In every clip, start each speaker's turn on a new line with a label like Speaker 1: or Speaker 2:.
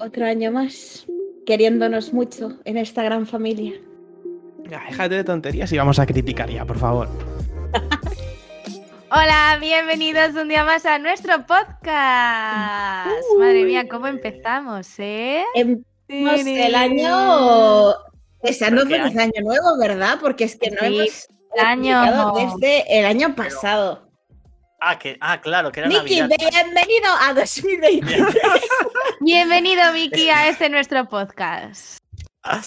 Speaker 1: Otro año más, queriéndonos mucho en esta gran familia.
Speaker 2: Ya, déjate de tonterías y vamos a criticar ya, por favor.
Speaker 3: Hola, bienvenidos un día más a nuestro podcast.
Speaker 1: Uy.
Speaker 3: Madre mía, ¿cómo empezamos, eh?
Speaker 1: Empezamos el año deseando
Speaker 2: ¿Pero qué
Speaker 1: feliz año nuevo, ¿verdad? Porque es que no
Speaker 3: Sí,
Speaker 1: hemos
Speaker 3: año.
Speaker 1: explicado desde el año pasado.
Speaker 4: Ah, que, ah, claro, que era
Speaker 1: Miki,
Speaker 4: Navidad.
Speaker 1: bienvenido a 2023.
Speaker 3: Bienvenido, Vicky, a este nuestro podcast.
Speaker 4: Es Ah,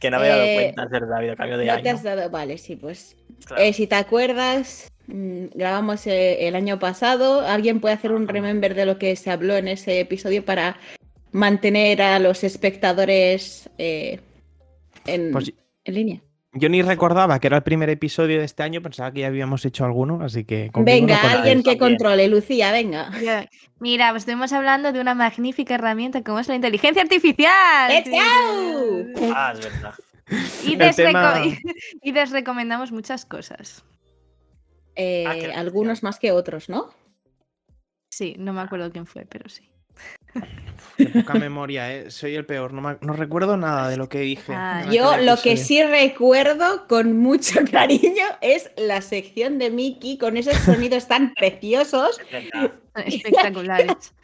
Speaker 4: que no me he dado
Speaker 1: Eh,
Speaker 4: cuenta de ser Navidad, cambio de
Speaker 1: No te
Speaker 4: año.
Speaker 1: has dado, vale, sí, pues.
Speaker 4: Claro.
Speaker 1: Eh, si te acuerdas, mm, grabamos eh, el año pasado. ¿Alguien puede hacer un remember de lo que se habló en ese episodio para mantener a los espectadores eh, en,
Speaker 2: Pues
Speaker 1: en línea?
Speaker 2: yo ni recordaba que era el primer episodio de este año, pensaba que ya habíamos hecho alguno, así que... conmigo
Speaker 1: Venga,
Speaker 2: no contáis.
Speaker 1: alguien que
Speaker 4: también.
Speaker 1: controle, Lucía,
Speaker 4: Ah,
Speaker 1: venga.
Speaker 3: Yo- Mira, pues estuvimos hablando de una magnífica herramienta como es la inteligencia artificial.
Speaker 1: ¡Let's go!
Speaker 4: Ah, es verdad.
Speaker 3: Y,
Speaker 2: El
Speaker 3: desreco-
Speaker 2: tema-
Speaker 3: y desrecomendamos muchas cosas.
Speaker 1: Eh,
Speaker 4: Ah, qué
Speaker 1: algunos más que otros, ¿no?
Speaker 3: Sí, no me acuerdo quién fue, pero sí.
Speaker 2: Qué poca memoria, eh. Soy el peor, no, me- no recuerdo nada de lo que dije.
Speaker 3: Ah,
Speaker 2: en
Speaker 1: Yo
Speaker 2: aquel
Speaker 1: lo que
Speaker 2: episodio.
Speaker 1: sí recuerdo con mucho cariño es la sección de Mickey con esos sonidos tan preciosos.
Speaker 4: Es verdad.
Speaker 3: Son Espectaculares.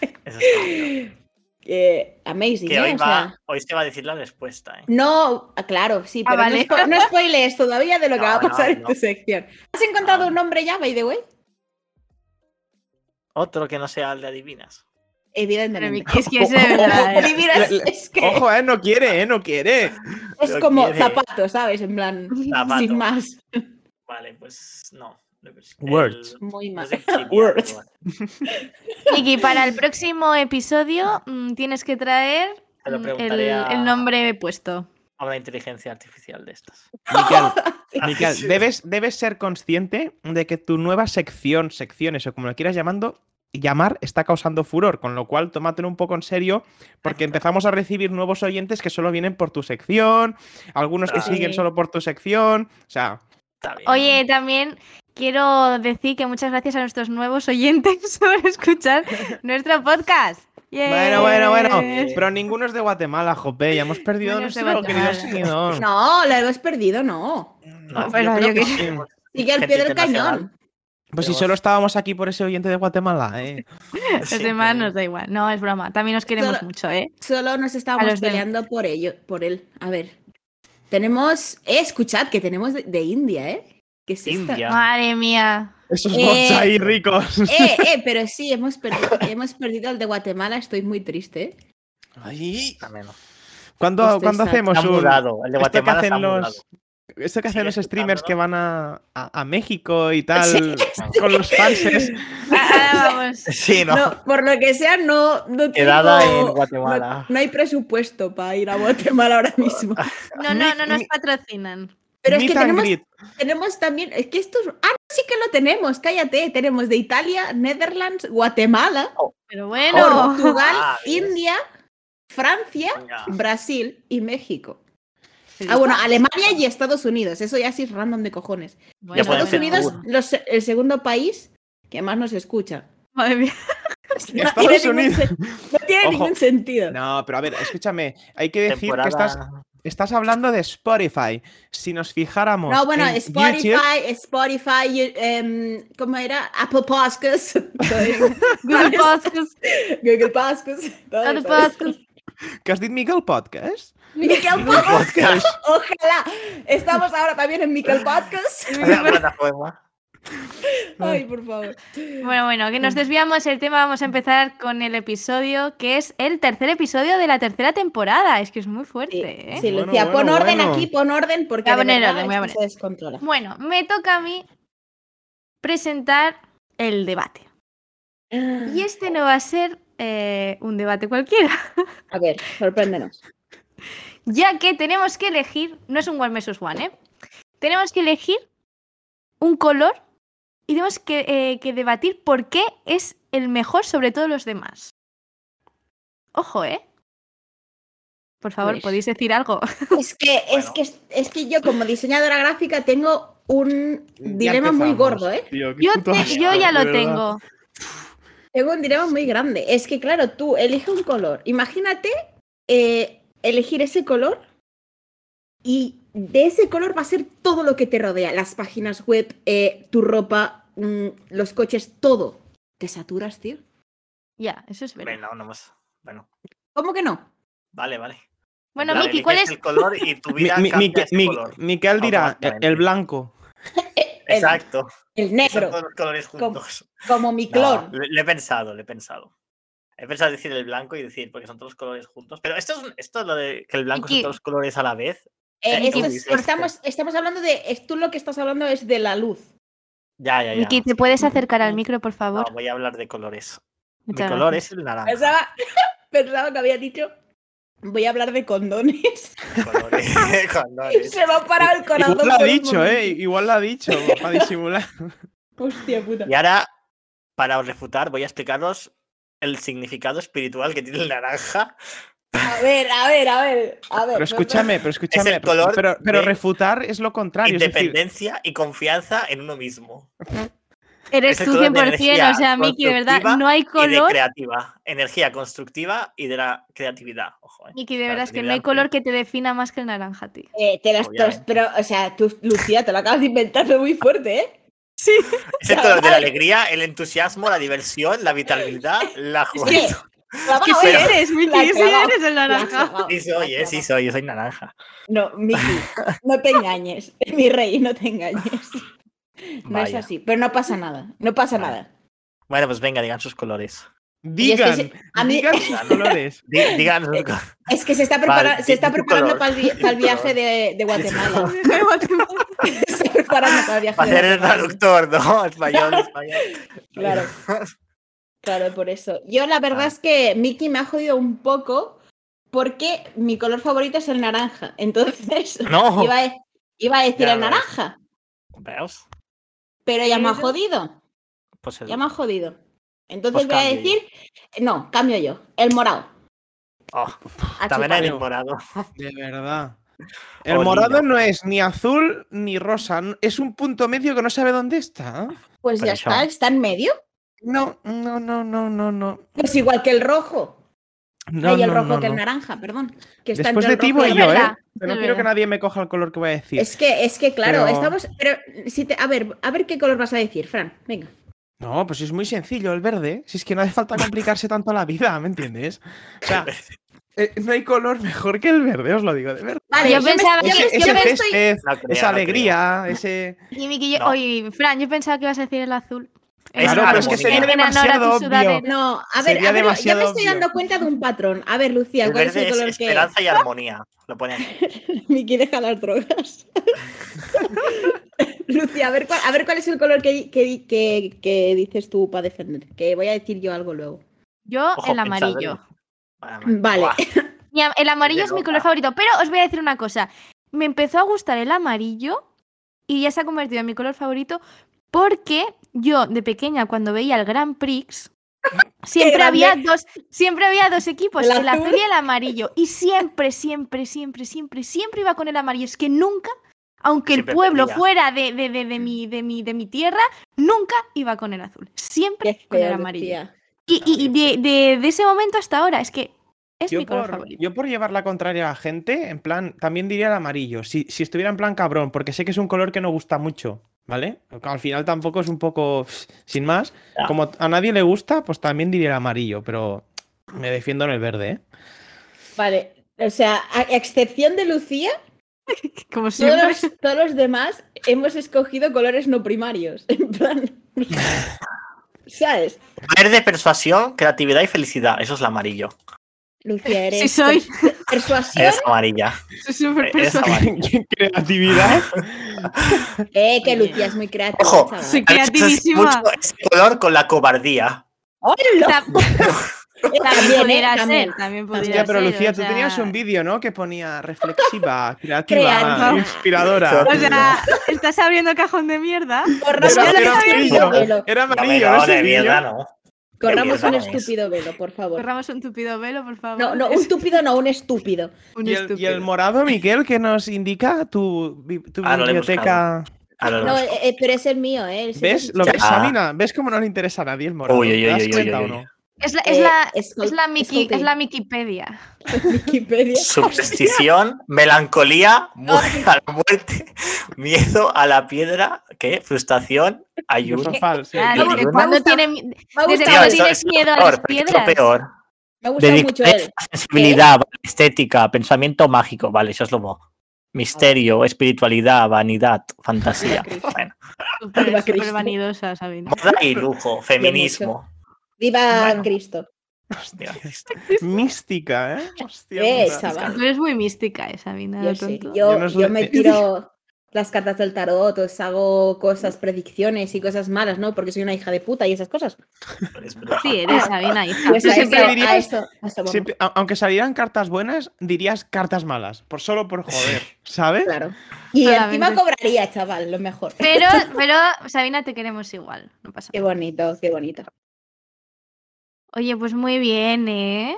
Speaker 4: Eso está bien.
Speaker 1: Eh, amazing,
Speaker 4: Que
Speaker 1: ¿eh?
Speaker 4: hoy,
Speaker 1: O
Speaker 4: va-
Speaker 1: sea,
Speaker 4: hoy se va a decir la respuesta, ¿eh?
Speaker 1: no, ah, claro, sí,
Speaker 3: Ah,
Speaker 1: pero
Speaker 3: vale.
Speaker 1: no, spo- no spoilees todavía de lo que
Speaker 4: No,
Speaker 1: va a
Speaker 4: no,
Speaker 1: pasar en
Speaker 4: no.
Speaker 1: tu sección. ¿Has encontrado
Speaker 4: Ah.
Speaker 1: un nombre ya, by the way?
Speaker 4: Otro que no sea el de adivinas.
Speaker 3: Pero mi-
Speaker 1: Evidentemente.
Speaker 3: es que es de verdad.
Speaker 1: Pero
Speaker 3: ¿eh?
Speaker 1: mira, es, es que
Speaker 2: Ojo, eh, no quiere, eh, no quiere.
Speaker 1: es
Speaker 4: lo
Speaker 1: como
Speaker 4: quiere.
Speaker 1: zapato, ¿sabes? En plan,
Speaker 4: Zapato.
Speaker 1: sin más.
Speaker 4: Vale, pues no. El-
Speaker 2: Words.
Speaker 1: Muy
Speaker 4: no
Speaker 1: más.
Speaker 4: sé quién,
Speaker 1: Words.
Speaker 4: pero bueno.
Speaker 3: Vicky, para el próximo episodio mm, tienes que traer
Speaker 4: Se lo
Speaker 3: mm, el,
Speaker 4: preguntaré a-
Speaker 3: el nombre puesto.
Speaker 4: A una inteligencia artificial de estas.
Speaker 2: Miquel,
Speaker 4: Ah,
Speaker 2: Miquel,
Speaker 4: sí.
Speaker 2: debes, debes ser consciente de que tu nueva sección, secciones o como lo quieras llamando, llamar está causando furor, con lo cual tómatelo un poco en serio porque empezamos a recibir nuevos oyentes que solo vienen por tu sección, algunos que
Speaker 4: Ah.
Speaker 2: siguen
Speaker 3: Sí.
Speaker 2: solo por tu sección, o sea,
Speaker 4: Está bien.
Speaker 3: Oye, también quiero decir que muchas gracias a nuestros nuevos oyentes por escuchar nuestro podcast.
Speaker 2: bueno, bueno, bueno,
Speaker 3: Yes.
Speaker 2: pero ninguno es de Guatemala, Jope, ya hemos perdido
Speaker 3: Eh. Ninguno es de
Speaker 2: nuestro querido
Speaker 3: Guatemala.
Speaker 2: seguidor.
Speaker 1: No, lo hemos perdido, no.
Speaker 4: No,
Speaker 3: bueno,
Speaker 2: creo
Speaker 3: yo
Speaker 2: que
Speaker 3: que-
Speaker 2: sí.
Speaker 4: pues,
Speaker 1: Sigue al
Speaker 4: Gente
Speaker 1: pie del
Speaker 4: internacional.
Speaker 1: cañón.
Speaker 2: Pues si solo estábamos aquí por ese oyente de Guatemala, eh.
Speaker 3: Los
Speaker 4: Sí,
Speaker 3: demás
Speaker 4: pero-
Speaker 3: nos da igual. No, es broma. También os queremos
Speaker 1: Solo-
Speaker 3: mucho, ¿eh?
Speaker 1: Solo nos estábamos
Speaker 3: los de-
Speaker 1: peleando por ello, por él. A ver. Tenemos. Eh, escuchad que tenemos de, de India, ¿eh? Que es esta-
Speaker 4: India.
Speaker 3: Madre mía.
Speaker 2: Esos
Speaker 1: Eh,
Speaker 2: bots ahí ricos.
Speaker 1: Eh, eh, pero sí, hemos perdido, hemos perdido al de Guatemala, estoy muy triste. ¿eh?
Speaker 2: Ay.
Speaker 4: También, ¿no?
Speaker 2: ¿Cuándo,
Speaker 1: Estoy
Speaker 2: ¿cuándo
Speaker 1: sad.
Speaker 2: hacemos
Speaker 4: Se ha
Speaker 2: un-
Speaker 4: mudado. El
Speaker 2: esto que
Speaker 4: de Guatemala se ha
Speaker 2: hacen
Speaker 4: mudado.
Speaker 2: los, esto que hacen
Speaker 4: Sigue
Speaker 2: los streamers que
Speaker 4: escuchándolo.
Speaker 2: van a, a- a México y tal
Speaker 4: sí.
Speaker 2: con los fanses.
Speaker 3: Ah, ah, vamos.
Speaker 4: Sí, no.
Speaker 1: No. por lo que sea, no, no
Speaker 4: Quedada
Speaker 1: tengo-
Speaker 4: en Guatemala.
Speaker 1: No, no hay presupuesto para ir a Guatemala ahora mismo.
Speaker 3: No, no, no nos patrocinan.
Speaker 1: Pero es
Speaker 2: Meet
Speaker 1: que
Speaker 2: and
Speaker 1: tenemos,
Speaker 2: greet.
Speaker 1: tenemos también. Es que esto. es- Ah, no, sí que lo tenemos, cállate. Tenemos de Italia, Netherlands, Guatemala.
Speaker 3: Pero bueno.
Speaker 1: Portugal,
Speaker 4: Ah, bien.
Speaker 1: India, Francia,
Speaker 2: Ah.
Speaker 4: Venga.
Speaker 1: Brasil y México. Ah, bueno, Alemania y Estados Unidos. Eso ya sí es random de cojones.
Speaker 3: Bueno,
Speaker 1: Estados
Speaker 4: bueno.
Speaker 1: Unidos, los- el segundo país que más nos escucha.
Speaker 3: Madre mía.
Speaker 1: No
Speaker 2: Estados
Speaker 1: tiene ningún
Speaker 2: Unidos.
Speaker 1: sen- No tiene
Speaker 2: Ojo.
Speaker 1: ningún sentido.
Speaker 2: No, pero a ver, escúchame, hay que decir
Speaker 4: Temporada...
Speaker 2: que estás, estás hablando de Spotify. Si nos fijáramos.
Speaker 1: No, bueno,
Speaker 2: en
Speaker 1: Spotify,
Speaker 2: YouTube-
Speaker 1: Spotify, you- em, ¿cómo era? Apple Podcasts, todo eso.
Speaker 3: Google Podcasts,
Speaker 1: Google Podcasts, todo
Speaker 3: Apple
Speaker 1: eso.
Speaker 3: Podcasts.
Speaker 2: ¿Qué has dicho Miguel Podcast?
Speaker 1: Miquel Podcast. Ojalá. Estamos ahora también en Miquel Podcast.
Speaker 4: La plataforma.
Speaker 1: Ay, por favor.
Speaker 3: Bueno, bueno, que nos desviamos el tema. Vamos a empezar con el episodio que es el tercer episodio de la tercera temporada. Es que es muy
Speaker 1: Sí,
Speaker 3: fuerte, ¿eh?
Speaker 1: sí,
Speaker 2: Bueno,
Speaker 1: Lucía, pon
Speaker 2: bueno,
Speaker 1: orden
Speaker 2: bueno.
Speaker 1: aquí, pon orden, porque
Speaker 3: Voy a
Speaker 1: de
Speaker 3: poner
Speaker 1: verdad
Speaker 3: orden, voy a
Speaker 1: esto
Speaker 3: poner.
Speaker 1: se descontrola.
Speaker 3: Bueno, me toca a mí presentar el debate. Y este no va a ser eh, un debate cualquiera.
Speaker 1: A ver, sorpréndenos.
Speaker 3: Ya que tenemos que elegir, no es un one versus one, ¿eh? Tenemos que elegir un color y tenemos que, eh, que debatir por qué es el mejor sobre todos los demás. Ojo, ¿eh? Por favor,
Speaker 1: Uish.
Speaker 4: Pues
Speaker 3: podéis decir algo.
Speaker 1: Es que, es, que, es que yo como diseñadora gráfica tengo un
Speaker 2: Ya
Speaker 1: dilema muy
Speaker 2: empezamos,
Speaker 1: gordo, ¿eh?
Speaker 2: tío, qué
Speaker 3: Yo,
Speaker 2: puto
Speaker 3: te-
Speaker 2: asco,
Speaker 3: yo ya
Speaker 2: Pues, de
Speaker 3: lo
Speaker 2: verdad.
Speaker 3: tengo.
Speaker 1: Tengo un dilema muy grande. Es que, claro, tú elige un color. Imagínate eh, elegir ese color y de ese color va a ser todo lo que te rodea. Las páginas web, eh, tu ropa, mm, los coches, todo. ¿Te saturas, tío?
Speaker 3: Ya, eso es verdad.
Speaker 4: Bueno, no, no más. Bueno,
Speaker 1: ¿Cómo que no?
Speaker 4: vale, vale.
Speaker 3: Bueno,
Speaker 4: Vale,
Speaker 3: Miki, ¿cuál
Speaker 4: eliges
Speaker 3: es?
Speaker 4: El color y tu vida
Speaker 2: Mi- mi-
Speaker 4: cambia
Speaker 2: Mique-
Speaker 4: ese
Speaker 2: mi-
Speaker 4: color. Ah,
Speaker 2: Miquel dirá el,
Speaker 4: Automáticamente.
Speaker 2: el blanco.
Speaker 1: Eh, el-
Speaker 4: Exacto.
Speaker 1: El,
Speaker 4: Son
Speaker 1: negro,
Speaker 4: todos los colores
Speaker 1: Como-
Speaker 4: juntos.
Speaker 1: como mi
Speaker 4: No,
Speaker 1: clon.
Speaker 4: le, le he pensado, le he pensado. He pensado decir el blanco y decir, porque son todos los colores juntos. Pero esto es, un- esto es lo de que el blanco son
Speaker 3: Miki.
Speaker 4: todos los colores a la vez.
Speaker 1: Eh,
Speaker 4: Sí,
Speaker 1: esto
Speaker 4: tú
Speaker 1: es-
Speaker 4: dices.
Speaker 1: estamos, estamos hablando de. es- Tú lo que estás hablando es de la luz.
Speaker 4: Ya, ya, ya.
Speaker 3: Miki, ¿te puedes acercar al
Speaker 1: No,
Speaker 3: micro, por
Speaker 4: No,
Speaker 3: favor?
Speaker 4: voy a hablar de colores. Mi
Speaker 3: Muchas
Speaker 4: color
Speaker 3: gracias.
Speaker 4: es el naranja.
Speaker 1: Pensaba, pensaba que había dicho. Voy a hablar de condones.
Speaker 4: Colores,
Speaker 1: Y
Speaker 4: colores.
Speaker 1: se me ha parado el corazón.
Speaker 2: Igual lo ha
Speaker 1: por un
Speaker 2: dicho, ¿eh?
Speaker 1: momento.
Speaker 2: Igual lo ha dicho, para disimular.
Speaker 1: Hostia puta.
Speaker 4: Y ahora, para os refutar, voy a explicaros el significado espiritual que tiene el naranja.
Speaker 1: A ver, a ver, a ver. A ver
Speaker 2: Pero escúchame, pero escúchame.
Speaker 4: Es el color
Speaker 2: pero, pero
Speaker 4: de
Speaker 2: refutar es lo contrario. Es decir,
Speaker 4: Independencia y confianza en uno mismo.
Speaker 3: Eres
Speaker 4: es el
Speaker 3: tú
Speaker 4: color de
Speaker 3: 100%, o
Speaker 4: energía
Speaker 3: sea, Miki, de verdad,
Speaker 4: constructiva
Speaker 3: no hay
Speaker 4: Y de
Speaker 3: color.
Speaker 4: creativa. Energía constructiva y de la creatividad. Ojo, eh.
Speaker 3: Miki, de
Speaker 4: Claro,
Speaker 3: verdad es que no hay color
Speaker 4: equilibrante.
Speaker 3: que te defina más que el naranja, tío.
Speaker 1: Eh, te las tos,
Speaker 4: Obviamente.
Speaker 1: pero, o sea, tú, Lucía, te lo acabas de inventar pero muy fuerte, ¿eh?
Speaker 4: Es el color de la
Speaker 1: Vale.
Speaker 4: alegría, el entusiasmo, la diversión, la vitalidad, la
Speaker 1: Es que.
Speaker 4: juventud.
Speaker 1: la
Speaker 3: Que
Speaker 1: va,
Speaker 3: sí
Speaker 1: oye,
Speaker 4: pero-
Speaker 3: eres, Miki,
Speaker 1: la
Speaker 3: sí
Speaker 1: clavao,
Speaker 3: eres el
Speaker 1: la
Speaker 3: naranja.
Speaker 1: clavao,
Speaker 4: Sí
Speaker 1: la
Speaker 4: soy, eh, sí
Speaker 1: clavao.
Speaker 4: soy, yo soy naranja.
Speaker 1: No, Miki, no te engañes. Mi rey, no te engañes. No es
Speaker 4: Vaya.
Speaker 1: así, pero no pasa nada. No pasa
Speaker 4: Vale.
Speaker 1: nada.
Speaker 4: Bueno, pues venga, digan sus colores.
Speaker 1: Y es que
Speaker 2: digan,
Speaker 1: se- a mí-
Speaker 2: digan sus colores.
Speaker 4: Di- digan sus
Speaker 1: Eh,
Speaker 4: colores.
Speaker 1: Es que se está, prepara-
Speaker 4: Vale,
Speaker 1: se está
Speaker 4: di tu
Speaker 1: preparando
Speaker 4: color,
Speaker 1: para el, vi- para el
Speaker 4: tu
Speaker 1: viaje
Speaker 4: color.
Speaker 1: de, de Guatemala.
Speaker 3: De Guatemala.
Speaker 1: se está preparando para el viaje
Speaker 4: Para
Speaker 1: de
Speaker 4: ser el
Speaker 1: Guatemala.
Speaker 4: traductor, ¿no? Español, español.
Speaker 1: Claro. Claro, por eso. Yo la verdad
Speaker 4: Ah.
Speaker 1: es que Mickey me ha jodido un poco porque mi color favorito es el naranja. Entonces
Speaker 4: No.
Speaker 1: iba, a, iba a decir
Speaker 4: Oh. Ya
Speaker 1: el
Speaker 4: ves.
Speaker 1: naranja,
Speaker 4: ¿Veos?
Speaker 1: pero ya me ha
Speaker 3: Pero-
Speaker 1: jodido.
Speaker 4: Pues el-
Speaker 1: Ya me ha jodido. Entonces
Speaker 4: Pues
Speaker 1: voy a
Speaker 4: cambio yo.
Speaker 1: decir, no, cambio yo, el morado.
Speaker 4: oh,
Speaker 1: A
Speaker 4: también
Speaker 1: chupar.
Speaker 4: hay el morado.
Speaker 2: De verdad. El
Speaker 4: Olina.
Speaker 2: morado no es ni azul ni rosa. n- Es un punto medio que no sabe dónde está.
Speaker 1: Pues
Speaker 4: Pero
Speaker 1: ya
Speaker 4: eso-
Speaker 1: está, está en medio.
Speaker 2: No, no, no, no, no, no.
Speaker 1: Pues igual que el rojo.
Speaker 2: No,
Speaker 1: Ay, el
Speaker 2: no,
Speaker 1: rojo
Speaker 2: no,
Speaker 1: que el
Speaker 2: no.
Speaker 1: naranja, perdón. Que está
Speaker 2: Después
Speaker 1: entre
Speaker 2: de
Speaker 1: el
Speaker 2: ti
Speaker 1: rojo y
Speaker 2: voy
Speaker 1: el
Speaker 2: yo, ¿eh?
Speaker 3: verdad,
Speaker 2: Pero
Speaker 3: es
Speaker 2: no quiero que
Speaker 3: verdad.
Speaker 2: nadie me coja el color que voy a decir.
Speaker 1: Es que, es que claro,
Speaker 2: Pero-
Speaker 1: estamos. Pero si te, a ver, a ver qué color vas a decir, Fran. Venga.
Speaker 2: No, pues es muy sencillo el verde. Si es que no hace falta complicarse tanto la vida, ¿me entiendes? O sea, eh, no hay color mejor que el verde, os lo digo de verdad.
Speaker 1: Vale,
Speaker 3: Yo
Speaker 1: yo, me-
Speaker 3: pensaba
Speaker 1: yo
Speaker 3: que-
Speaker 1: me-
Speaker 2: Ese,
Speaker 1: yo
Speaker 2: ese
Speaker 1: me estoy-
Speaker 2: césped,
Speaker 4: No creo,
Speaker 2: esa
Speaker 4: no
Speaker 2: alegría, ese.
Speaker 3: Y Miki, yo,
Speaker 4: No.
Speaker 3: oye, Fran, yo pensaba que ibas a decir el azul.
Speaker 4: Es
Speaker 2: Claro, pero es que
Speaker 4: armonía.
Speaker 2: sería
Speaker 4: Es
Speaker 3: que no, no, ahora
Speaker 2: demasiado
Speaker 3: tú
Speaker 2: obvio.
Speaker 3: sudadera.
Speaker 1: No, a ver,
Speaker 2: Sería
Speaker 1: a ver, yo
Speaker 2: demasiado
Speaker 1: me estoy
Speaker 2: obvio.
Speaker 1: dando cuenta de un patrón. A ver, Lucía,
Speaker 4: El
Speaker 1: ¿cuál es el
Speaker 4: verde es
Speaker 1: color
Speaker 4: esperanza y armonía. Lo ponen aquí.
Speaker 1: que Miki deja las drogas? Lucía, a ver, cuál, a ver cuál es el color que, que- que- que dices tú para defender. Que voy a decir yo algo luego.
Speaker 3: Yo,
Speaker 4: Ojo,
Speaker 3: el amarillo.
Speaker 4: pensadlo. Vale.
Speaker 1: Vale.
Speaker 4: Buah,
Speaker 3: Mi am- el amarillo es mi
Speaker 4: roja.
Speaker 3: color favorito, pero os voy a decir una cosa. Me empezó a gustar el amarillo y ya se ha convertido en mi color favorito porque yo de pequeña cuando veía el Grand Prix siempre
Speaker 1: grande!
Speaker 3: había dos siempre había dos equipos,
Speaker 1: El
Speaker 3: el azul
Speaker 1: azul.
Speaker 3: y el amarillo y siempre siempre siempre siempre siempre iba con el amarillo, es que nunca aunque el
Speaker 4: Siempre
Speaker 3: pueblo
Speaker 4: perdía.
Speaker 3: fuera de, de- de- de mi, de, mi, de mi tierra, nunca iba con el azul. Siempre
Speaker 1: Qué
Speaker 3: con el
Speaker 1: feo,
Speaker 3: amarillo.
Speaker 1: Lucía.
Speaker 3: Y, y- y de, de- de ese momento hasta ahora, es que es mi
Speaker 2: Yo
Speaker 3: color
Speaker 2: por,
Speaker 3: favorito.
Speaker 2: yo por llevar la contraria a la gente, en plan, también diría el amarillo. Si, si estuviera en plan cabrón, porque sé que es un color que no gusta mucho, ¿vale? Al final tampoco es un poco pff, sin más.
Speaker 4: Ya.
Speaker 2: Como a nadie le gusta, pues también diría el amarillo, pero me defiendo en el verde, ¿eh?
Speaker 1: Vale, o sea, a excepción de Lucía,
Speaker 3: Como
Speaker 1: todos
Speaker 3: siempre.
Speaker 1: los, todos los demás hemos escogido colores no primarios. En plan. ¿Sabes?
Speaker 4: Verde, persuasión, creatividad y felicidad. Eso es el amarillo.
Speaker 1: Lucía, eres
Speaker 3: Sí soy.
Speaker 1: per- persuasión.
Speaker 4: Es amarilla.
Speaker 3: Soy súper
Speaker 4: Eh, Es
Speaker 3: persuasiva.
Speaker 4: amarillo.
Speaker 2: Creatividad.
Speaker 1: Eh, que Lucía es muy creativa.
Speaker 4: Ojo.
Speaker 1: chaval.
Speaker 3: Soy
Speaker 4: A veces es
Speaker 3: creativísima.
Speaker 4: mucho ese color con la cobardía.
Speaker 1: ¡Hola! Eh,
Speaker 3: También
Speaker 1: también, eh,
Speaker 3: pudiera
Speaker 1: también.
Speaker 3: ser, también
Speaker 1: Hostia,
Speaker 3: pudiera
Speaker 2: Ya, pero
Speaker 3: ser,
Speaker 2: Lucía,
Speaker 3: o
Speaker 2: tú tenías
Speaker 3: sea-
Speaker 2: un vídeo, ¿no? Que ponía reflexiva, creativa,
Speaker 1: Creativa.
Speaker 2: inspiradora.
Speaker 3: O sea, estás abriendo cajón de mierda.
Speaker 1: Corramos
Speaker 3: Pero
Speaker 1: un
Speaker 3: que no
Speaker 1: estúpido
Speaker 2: amarillo,
Speaker 1: velo.
Speaker 2: Era
Speaker 4: No me
Speaker 2: amarillo, ¿no?
Speaker 4: de
Speaker 2: Ese
Speaker 4: mierda,
Speaker 2: vídeo.
Speaker 4: no.
Speaker 1: Corramos
Speaker 4: Qué
Speaker 1: un
Speaker 4: mierda es.
Speaker 1: estúpido velo, por favor.
Speaker 3: Corramos un tupido velo, por favor.
Speaker 1: No, no,
Speaker 3: Es
Speaker 1: un túpido no, un estúpido.
Speaker 3: un
Speaker 2: Y el, y el
Speaker 3: estúpido.
Speaker 2: morado, Miguel, que nos indica tu, bi- tu
Speaker 4: Ah, no lo he
Speaker 2: biblioteca.
Speaker 4: Ahora lo
Speaker 1: No,
Speaker 4: busco.
Speaker 1: eh, eh, pero es el mío, ¿eh? Ese es
Speaker 2: ¿Ves?
Speaker 1: el
Speaker 2: ¿Lo ves,
Speaker 4: Ah.
Speaker 2: Sabina? ¿Ves cómo no le interesa a nadie el morado?
Speaker 4: Uy, uy,
Speaker 2: ¿Te das
Speaker 4: uy, uy,
Speaker 2: cuenta
Speaker 4: uy,
Speaker 2: o
Speaker 4: uy.
Speaker 2: no?
Speaker 3: Es la,
Speaker 1: Eh,
Speaker 3: es la,
Speaker 1: escol-
Speaker 3: es la, Miki-
Speaker 1: escolting.
Speaker 3: es la Mikipedia.
Speaker 1: Wikipedia.
Speaker 4: Superstición, melancolía, mu- a la muerte, miedo a la piedra, ¿qué? Frustración,
Speaker 2: No son
Speaker 4: ayuno.
Speaker 2: fals, sí.
Speaker 3: Claro,
Speaker 4: yo-
Speaker 3: desde
Speaker 4: yo-
Speaker 3: cuando
Speaker 1: me gusta-
Speaker 3: tiene mi-
Speaker 1: Me ha
Speaker 3: Desde
Speaker 4: Tío,
Speaker 1: gustado,
Speaker 3: cuando
Speaker 4: eso-
Speaker 3: tienes
Speaker 4: eso es
Speaker 3: miedo a
Speaker 4: peor,
Speaker 3: las
Speaker 4: pero es lo
Speaker 3: piedras.
Speaker 4: peor.
Speaker 1: me ha gustado mucho
Speaker 4: Dedicarle
Speaker 1: él.
Speaker 4: a sensibilidad, vale, estética, pensamiento mágico, vale, eso es lo mo. Misterio, espiritualidad, vanidad, fantasía.
Speaker 1: Cristo.
Speaker 4: Bueno,
Speaker 3: Súper-
Speaker 1: Viva
Speaker 3: súper
Speaker 1: Cristo.
Speaker 3: vanidosa, Sabina.
Speaker 4: moda y lujo, feminismo.
Speaker 1: Viva
Speaker 4: Bueno.
Speaker 1: Cristo.
Speaker 4: Hostia, Cristo.
Speaker 2: Mística, ¿eh? Hostia,
Speaker 1: Eh,
Speaker 2: mira.
Speaker 1: chaval.
Speaker 3: Tú eres muy mística, eh, Sabina.
Speaker 1: Yo,
Speaker 3: lo
Speaker 1: sí,
Speaker 3: tonto.
Speaker 1: yo-
Speaker 2: Yo no soy-
Speaker 1: yo me tiro las cartas del tarot, os hago cosas, predicciones y cosas malas, ¿no? Porque soy una hija de puta y esas cosas.
Speaker 4: Es bruja.
Speaker 3: Sí, eres Sabina, hija.
Speaker 1: Pues
Speaker 3: Tú
Speaker 1: a
Speaker 3: Ah, siempre-
Speaker 1: esto- a
Speaker 2: dirías-
Speaker 1: esto- a esto vamos,
Speaker 2: Siempre- a- aunque salieran cartas buenas, dirías cartas malas. Por solo por joder, ¿sabes?
Speaker 1: claro. Y
Speaker 3: Solamente.
Speaker 1: encima cobraría, chaval, lo mejor.
Speaker 3: Pero, pero, Sabina, te queremos igual. No pasa
Speaker 1: Qué
Speaker 3: nada.
Speaker 1: bonito, qué bonito.
Speaker 3: Oye, pues muy bien, ¿eh?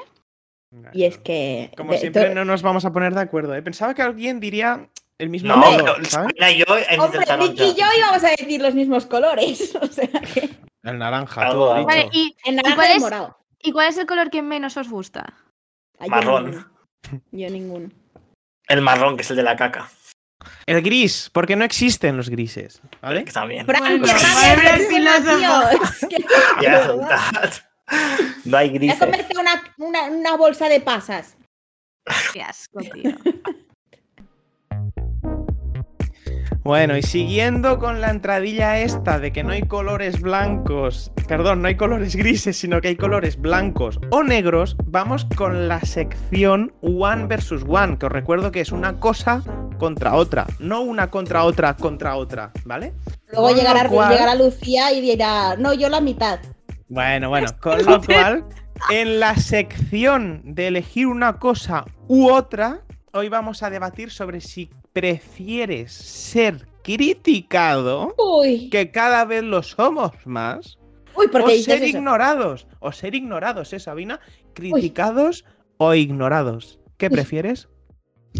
Speaker 1: Y es que.
Speaker 2: Como
Speaker 1: de-
Speaker 2: siempre,
Speaker 1: to-
Speaker 2: no nos vamos a poner de acuerdo. ¿eh? Pensaba que alguien diría el mismo
Speaker 4: No,
Speaker 2: color, ¿sabes?
Speaker 4: pero Sabina y yo hemos
Speaker 1: Hombre,
Speaker 4: intentado
Speaker 1: Vicky y yo
Speaker 4: ya.
Speaker 1: íbamos a decir los mismos colores. O sea que.
Speaker 2: El naranja,
Speaker 4: Algo,
Speaker 2: todo
Speaker 4: algo.
Speaker 2: dicho.
Speaker 3: Vale, y,
Speaker 1: En
Speaker 3: cuál
Speaker 1: naranja y
Speaker 3: es?
Speaker 1: morado.
Speaker 3: ¿y cuál es el color que menos os gusta?
Speaker 1: Ay, yo
Speaker 4: Marrón.
Speaker 1: ninguno. Yo ninguno.
Speaker 4: El marrón, que es el de la caca.
Speaker 2: El gris, porque no existen los grises, ¿vale?
Speaker 4: Que también.
Speaker 1: Fran,
Speaker 3: Bueno,
Speaker 1: qué rabia
Speaker 3: madre
Speaker 1: me da,
Speaker 3: filósofa.
Speaker 1: tío. Es que-
Speaker 4: Ya,
Speaker 1: de verdad.
Speaker 4: No hay
Speaker 1: Voy a
Speaker 4: grises.
Speaker 1: comerte una, una, una bolsa de pasas.
Speaker 3: Qué asco, tío.
Speaker 2: Bueno, y siguiendo con la entradilla esta de que no hay colores blancos, perdón, no hay colores grises, sino que hay colores blancos o negros, vamos con la sección One versus One, que os recuerdo que es una cosa contra otra, no una contra otra contra otra, ¿vale?
Speaker 1: Luego
Speaker 2: Con lo
Speaker 1: llegará,
Speaker 2: cual-
Speaker 1: llegará Lucía y dirá, no, yo la mitad.
Speaker 2: Bueno, bueno, con lo cual, en la sección de elegir una cosa u otra, hoy vamos a debatir sobre si prefieres ser criticado.
Speaker 1: Uy,
Speaker 2: que cada vez lo somos más,
Speaker 1: uy, porque
Speaker 2: o ser
Speaker 1: dices eso.
Speaker 2: ignorados, o ser ignorados, ¿eh, Sabina? Criticados o ignorados. ¿Qué
Speaker 1: Uy.
Speaker 2: prefieres?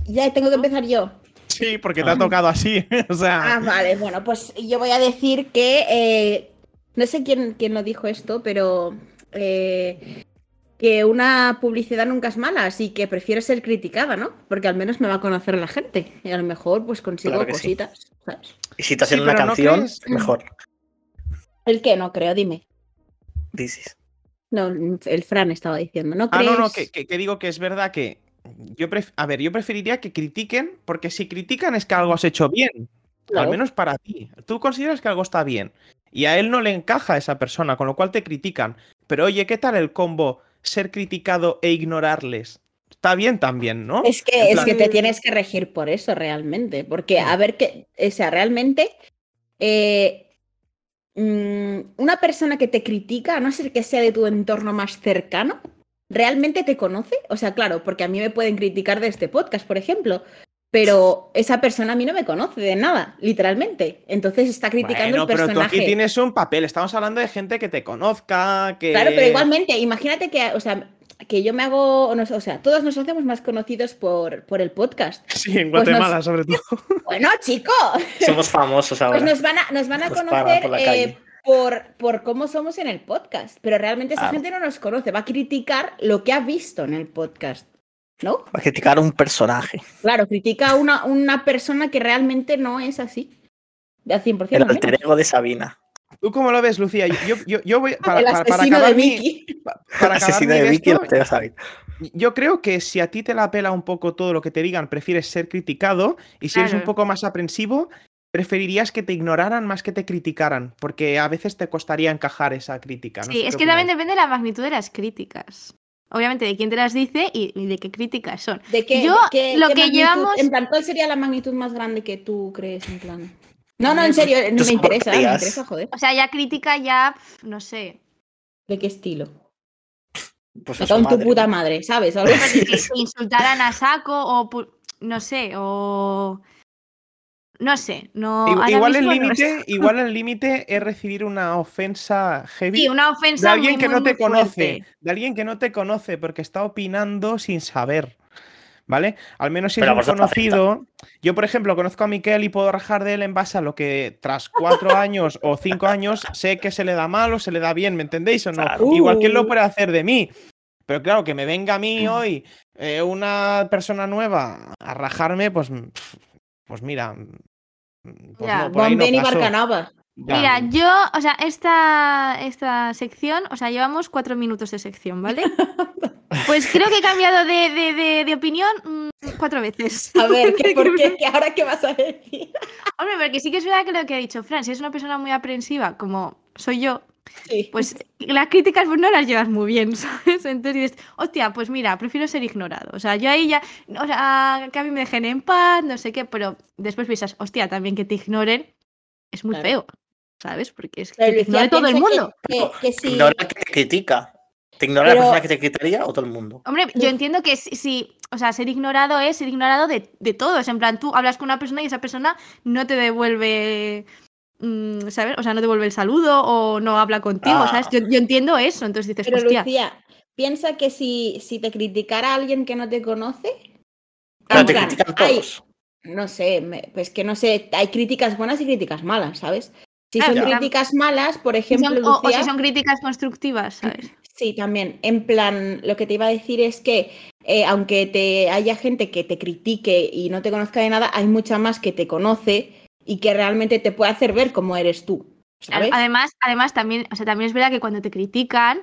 Speaker 1: Ya tengo que empezar yo.
Speaker 2: Sí, porque
Speaker 4: te ha
Speaker 2: tocado así, o
Speaker 1: Ah,
Speaker 2: sea...
Speaker 1: vale, bueno, pues yo voy a decir que. eh, no sé quién, quién lo dijo esto, pero. eh, que una publicidad nunca es mala, así que prefiero ser criticada, ¿no? Porque al menos me va a conocer la gente. Y a lo mejor, pues consigo
Speaker 4: Claro que sí.
Speaker 1: cositas. ¿sabes?
Speaker 4: Y si te hacen
Speaker 2: Sí,
Speaker 4: una
Speaker 2: pero ¿no
Speaker 4: canción,
Speaker 2: crees? Mm.
Speaker 4: mejor.
Speaker 1: El que no creo, dime.
Speaker 4: Dices.
Speaker 1: No, el Fran estaba diciendo, ¿no
Speaker 2: Ah,
Speaker 1: crees?
Speaker 2: no, no, que, que- que digo que es verdad que... Yo pref- A ver, yo preferiría que critiquen, porque si critican es que algo has hecho bien,
Speaker 1: Claro.
Speaker 2: al menos para ti. Tú consideras que algo está bien, y a él no le encaja a esa persona, con lo cual te critican. Pero oye, ¿qué tal el combo ser criticado e ignorarles? Está bien también, ¿no?
Speaker 1: Es
Speaker 2: En
Speaker 1: que, es
Speaker 2: plan-
Speaker 1: que te tienes que regir por eso realmente, porque a ver que, o sea, realmente eh, mm, una persona que te critica, a no ser que sea de tu entorno más cercano, ¿realmente te conoce? O sea, claro, porque a mí me pueden criticar de este podcast, por ejemplo, pero esa persona a mí no me conoce de nada, literalmente. Entonces está criticando
Speaker 2: Bueno,
Speaker 1: el personaje.
Speaker 2: Pero tú aquí tienes un papel. Estamos hablando de gente que te conozca, que.
Speaker 1: Claro, pero igualmente, imagínate que, o sea, que yo me hago, o nos- o sea, todos nos hacemos más conocidos por, por el podcast.
Speaker 2: Sí, en
Speaker 1: Pues
Speaker 2: Guatemala, sobre todo.
Speaker 1: Bueno, chico,
Speaker 4: Somos famosos ahora.
Speaker 1: pues nos van a, nos van a
Speaker 4: Nos paran
Speaker 1: conocer
Speaker 4: por la
Speaker 1: eh,
Speaker 4: calle.
Speaker 1: por, por cómo somos en el podcast, pero realmente esa
Speaker 4: Ah.
Speaker 1: gente no nos conoce, va a criticar lo que ha visto en el podcast, ¿no?
Speaker 4: Para criticar a un personaje.
Speaker 1: Claro, critica a una, una persona que realmente no es así, de al 100%.
Speaker 4: El
Speaker 1: al menos.
Speaker 4: alter ego de Sabina.
Speaker 2: ¿Tú cómo lo ves, Lucía? Yo, yo- yo voy. Para,
Speaker 1: Ah, el
Speaker 2: para- para
Speaker 1: asesino de
Speaker 2: acabar mi-
Speaker 1: Mickey.
Speaker 2: pa- para acabar
Speaker 4: Asesino
Speaker 2: mi
Speaker 4: de
Speaker 2: de
Speaker 4: Vicky, el
Speaker 2: esto,
Speaker 4: alter ego de Sabina.
Speaker 2: Yo creo que si a ti te la pela un poco todo lo que te digan, prefieres ser criticado. Y si eres un
Speaker 3: Claro.
Speaker 2: poco más aprensivo, preferirías que te ignoraran más que te criticaran. Porque a veces te costaría encajar esa crítica. no
Speaker 3: Sí,
Speaker 2: sé
Speaker 3: es
Speaker 2: qué
Speaker 3: que también
Speaker 2: opináis.
Speaker 3: depende de la magnitud de las críticas. Obviamente, de quién te las dice y, y de qué críticas son.
Speaker 1: ¿De qué,
Speaker 3: Yo,
Speaker 1: de qué-
Speaker 3: lo
Speaker 1: qué
Speaker 3: que
Speaker 1: magnitud-
Speaker 3: llevamos-
Speaker 1: En plan, ¿cuál sería la magnitud más grande que tú crees en plan? No, no, en
Speaker 3: Mm,
Speaker 1: serio, me
Speaker 4: tus
Speaker 1: interesa, me
Speaker 4: porquerías.
Speaker 1: interesa, joder.
Speaker 3: O sea, ya crítica, ya, pf, no sé.
Speaker 1: ¿De qué estilo?
Speaker 4: Pues
Speaker 1: Me
Speaker 4: a su
Speaker 1: cago en tu
Speaker 4: madre.
Speaker 1: puta madre, ¿sabes? Algo así.
Speaker 3: Que te insultaran a saco o, pu- no sé, o... No sé, no...
Speaker 2: Igu-
Speaker 3: ahora
Speaker 2: Igual el
Speaker 3: mismo no
Speaker 2: límite,
Speaker 3: sé.
Speaker 2: igual el límite es recibir una ofensa heavy.
Speaker 3: Sí, una
Speaker 2: de
Speaker 3: ofensa
Speaker 2: alguien
Speaker 3: muy,
Speaker 2: que
Speaker 3: muy,
Speaker 2: no te
Speaker 3: muy fuerte.
Speaker 2: conoce, de alguien que no te conoce porque está opinando sin saber. ¿vale? Al menos si
Speaker 4: Pero a
Speaker 2: es un
Speaker 4: vosotros
Speaker 2: conocido. Yo, por ejemplo, conozco a Miquel y puedo rajar de él en base a lo que tras cuatro años o cinco años sé que se le da mal o se le da bien, ¿me entendéis o no?
Speaker 4: Claro.
Speaker 2: Igual que él lo
Speaker 1: Uh.
Speaker 2: puede hacer de mí. Pero claro, que me venga a
Speaker 3: Mm.
Speaker 2: mí hoy eh, una persona nueva a rajarme, pues, mm, pf, pues mira. mm, Pues
Speaker 3: Ya,
Speaker 2: no, por ahí no
Speaker 1: Bombén y
Speaker 2: paso.
Speaker 1: Barcanava.
Speaker 2: Ya.
Speaker 3: Mira, yo, o sea, esta, esta sección, o sea, llevamos cuatro minutos de sección, ¿vale? Pues creo que he cambiado de, de- de- de opinión mm, cuatro veces.
Speaker 1: A ver, ¿qué, ¿por qué? ¿Qué- ¿Ahora qué vas a decir?
Speaker 3: Hombre, porque sí que es verdad que lo que ha dicho Fran, si es una persona muy aprensiva, como soy yo,
Speaker 1: Sí.
Speaker 3: pues las críticas pues, no las llevas muy bien, ¿sabes? Entonces dices, hostia, pues mira, prefiero ser ignorado. O sea, yo ahí ya, o sea, que a mí me dejen en paz, no sé qué, pero después piensas, hostia, también que te ignoren es muy
Speaker 1: Claro.
Speaker 3: feo, ¿sabes? Porque es que
Speaker 1: Pero
Speaker 3: te
Speaker 1: Lucía
Speaker 3: ignore todo el
Speaker 1: piensa que-
Speaker 3: mundo.
Speaker 1: Que, que si-
Speaker 4: Ignora que te critica. ¿Te ignora
Speaker 1: Pero-
Speaker 4: la persona que te criticaría o todo el mundo?
Speaker 3: Hombre,
Speaker 1: Luz-
Speaker 3: yo entiendo que si, si- o sea, ser ignorado es ser ignorado de, de todo. Es en plan, tú hablas con una persona y esa persona no te devuelve, mm, ¿sabes? O sea, no te devuelve el saludo o no habla contigo,
Speaker 4: Ah.
Speaker 3: ¿sabes? Yo, yo entiendo eso, entonces dices,
Speaker 1: Pero
Speaker 3: hostia.
Speaker 1: Lucía, piensa que si, si te criticara alguien que no te conoce.
Speaker 4: Pero
Speaker 1: en
Speaker 4: te
Speaker 1: plan,
Speaker 4: critican
Speaker 1: Ah, "Ay,
Speaker 4: todos.
Speaker 1: no sé, me- pues que no sé, hay críticas buenas y críticas malas, ¿sabes? Si
Speaker 3: Ah,
Speaker 1: son
Speaker 4: ya.
Speaker 1: críticas malas, por
Speaker 3: si
Speaker 1: ejemplo,
Speaker 3: son- o, o
Speaker 1: Lucía,
Speaker 3: si son críticas constructivas, ¿sabes?
Speaker 1: Sí, también. En plan, lo que te iba a decir es que eh, aunque te haya gente que te critique y no te conozca de nada, hay mucha más que te conoce y que realmente te puede hacer ver cómo eres tú. ¿Sabes?
Speaker 3: Además, además también, o sea, también es verdad que cuando te critican,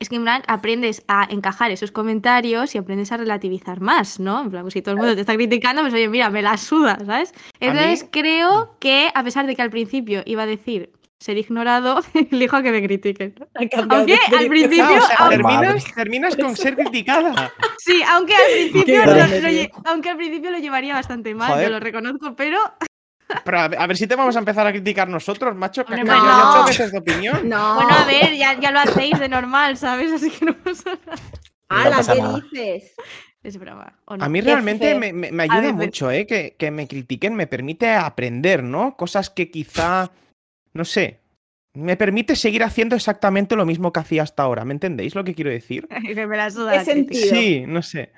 Speaker 3: es que en plan aprendes a encajar esos comentarios y aprendes a relativizar más, ¿no? En plan, pues, si todo el mundo te está criticando, pues oye, mira, me la suda, ¿sabes?
Speaker 2: A mí- Mm.
Speaker 3: Entonces creo que, a pesar de que al principio iba a decir ser ignorado, elijo que me critiquen.
Speaker 1: Ha cambiado de
Speaker 3: Aunque al
Speaker 1: opinión.
Speaker 2: Ya,
Speaker 3: principio,
Speaker 2: o sea,
Speaker 3: au-
Speaker 5: Madre.
Speaker 2: terminas, terminas con ser criticada.
Speaker 3: sí, aunque al principio,
Speaker 1: Qué
Speaker 3: lo,
Speaker 1: grande,
Speaker 3: lo lle-
Speaker 1: tío.
Speaker 3: aunque al principio lo llevaría bastante mal,
Speaker 2: Joder.
Speaker 3: yo lo reconozco, pero
Speaker 2: Pero a ver, a ver si te vamos a empezar a criticar nosotros, macho, que
Speaker 3: Hombre,
Speaker 2: has cambiado
Speaker 1: pues
Speaker 2: ya
Speaker 1: no.
Speaker 2: ocho veces de opinión.
Speaker 1: No,
Speaker 3: bueno, a ver, ya, ya lo hacéis de normal, ¿sabes? Así que no pasa nada.
Speaker 1: ala,
Speaker 5: No pasa
Speaker 1: ¿qué
Speaker 5: nada.
Speaker 1: dices?
Speaker 3: Es brava. ¿o no?
Speaker 2: A mí
Speaker 1: Qué
Speaker 2: realmente
Speaker 1: feo.
Speaker 2: me, me- me
Speaker 3: A
Speaker 2: ayuda
Speaker 3: veces.
Speaker 2: mucho, ¿eh? Que, que me critiquen, me permite aprender, ¿no? Cosas que quizá, no sé, me permite seguir haciendo exactamente lo mismo que hacía hasta ahora. ¿Me entendéis lo que quiero decir?
Speaker 3: que me la suda
Speaker 1: ¿Qué
Speaker 3: la crítica.
Speaker 1: sentido?
Speaker 2: Sí, no sé.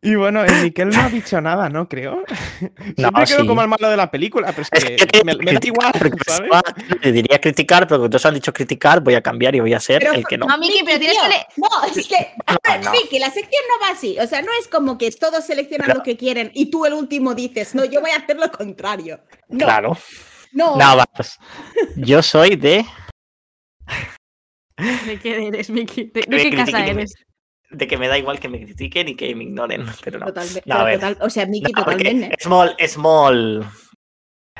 Speaker 2: Y bueno, el Miquel no ha dicho nada, ¿no? Creo.
Speaker 4: No,
Speaker 2: Siempre quedo
Speaker 4: sí.
Speaker 2: como el malo de la película, pero
Speaker 4: Es
Speaker 2: es
Speaker 4: que
Speaker 2: que
Speaker 4: te
Speaker 2: me, me da igual,
Speaker 4: critican porque
Speaker 2: ¿sabes?
Speaker 4: pensaba- Te diría criticar, pero como todos han dicho criticar, voy a cambiar y voy a ser
Speaker 1: Pero
Speaker 4: el que no.
Speaker 3: No, Miki, pero tienes que
Speaker 1: Tío,
Speaker 3: leer.
Speaker 1: No, es que,
Speaker 4: No, no.
Speaker 1: Vicky, la sección no va así. O sea, no es como que todos seleccionan
Speaker 4: Pero-
Speaker 1: lo que quieren y tú el último dices, no, yo voy a hacer lo contrario. No,
Speaker 4: Claro.
Speaker 1: no,
Speaker 4: No, va, pues, Yo soy de,
Speaker 3: ¿De qué eres, Miki? ¿De, de
Speaker 4: me
Speaker 3: qué casa
Speaker 4: critiquen.
Speaker 3: eres?
Speaker 4: de que me da igual que me critiquen y que me ignoren, pero no.
Speaker 1: totalmente.
Speaker 4: No, a ver.
Speaker 1: total- o sea, Miki,
Speaker 4: No, porque
Speaker 1: totalmente.
Speaker 4: small, small.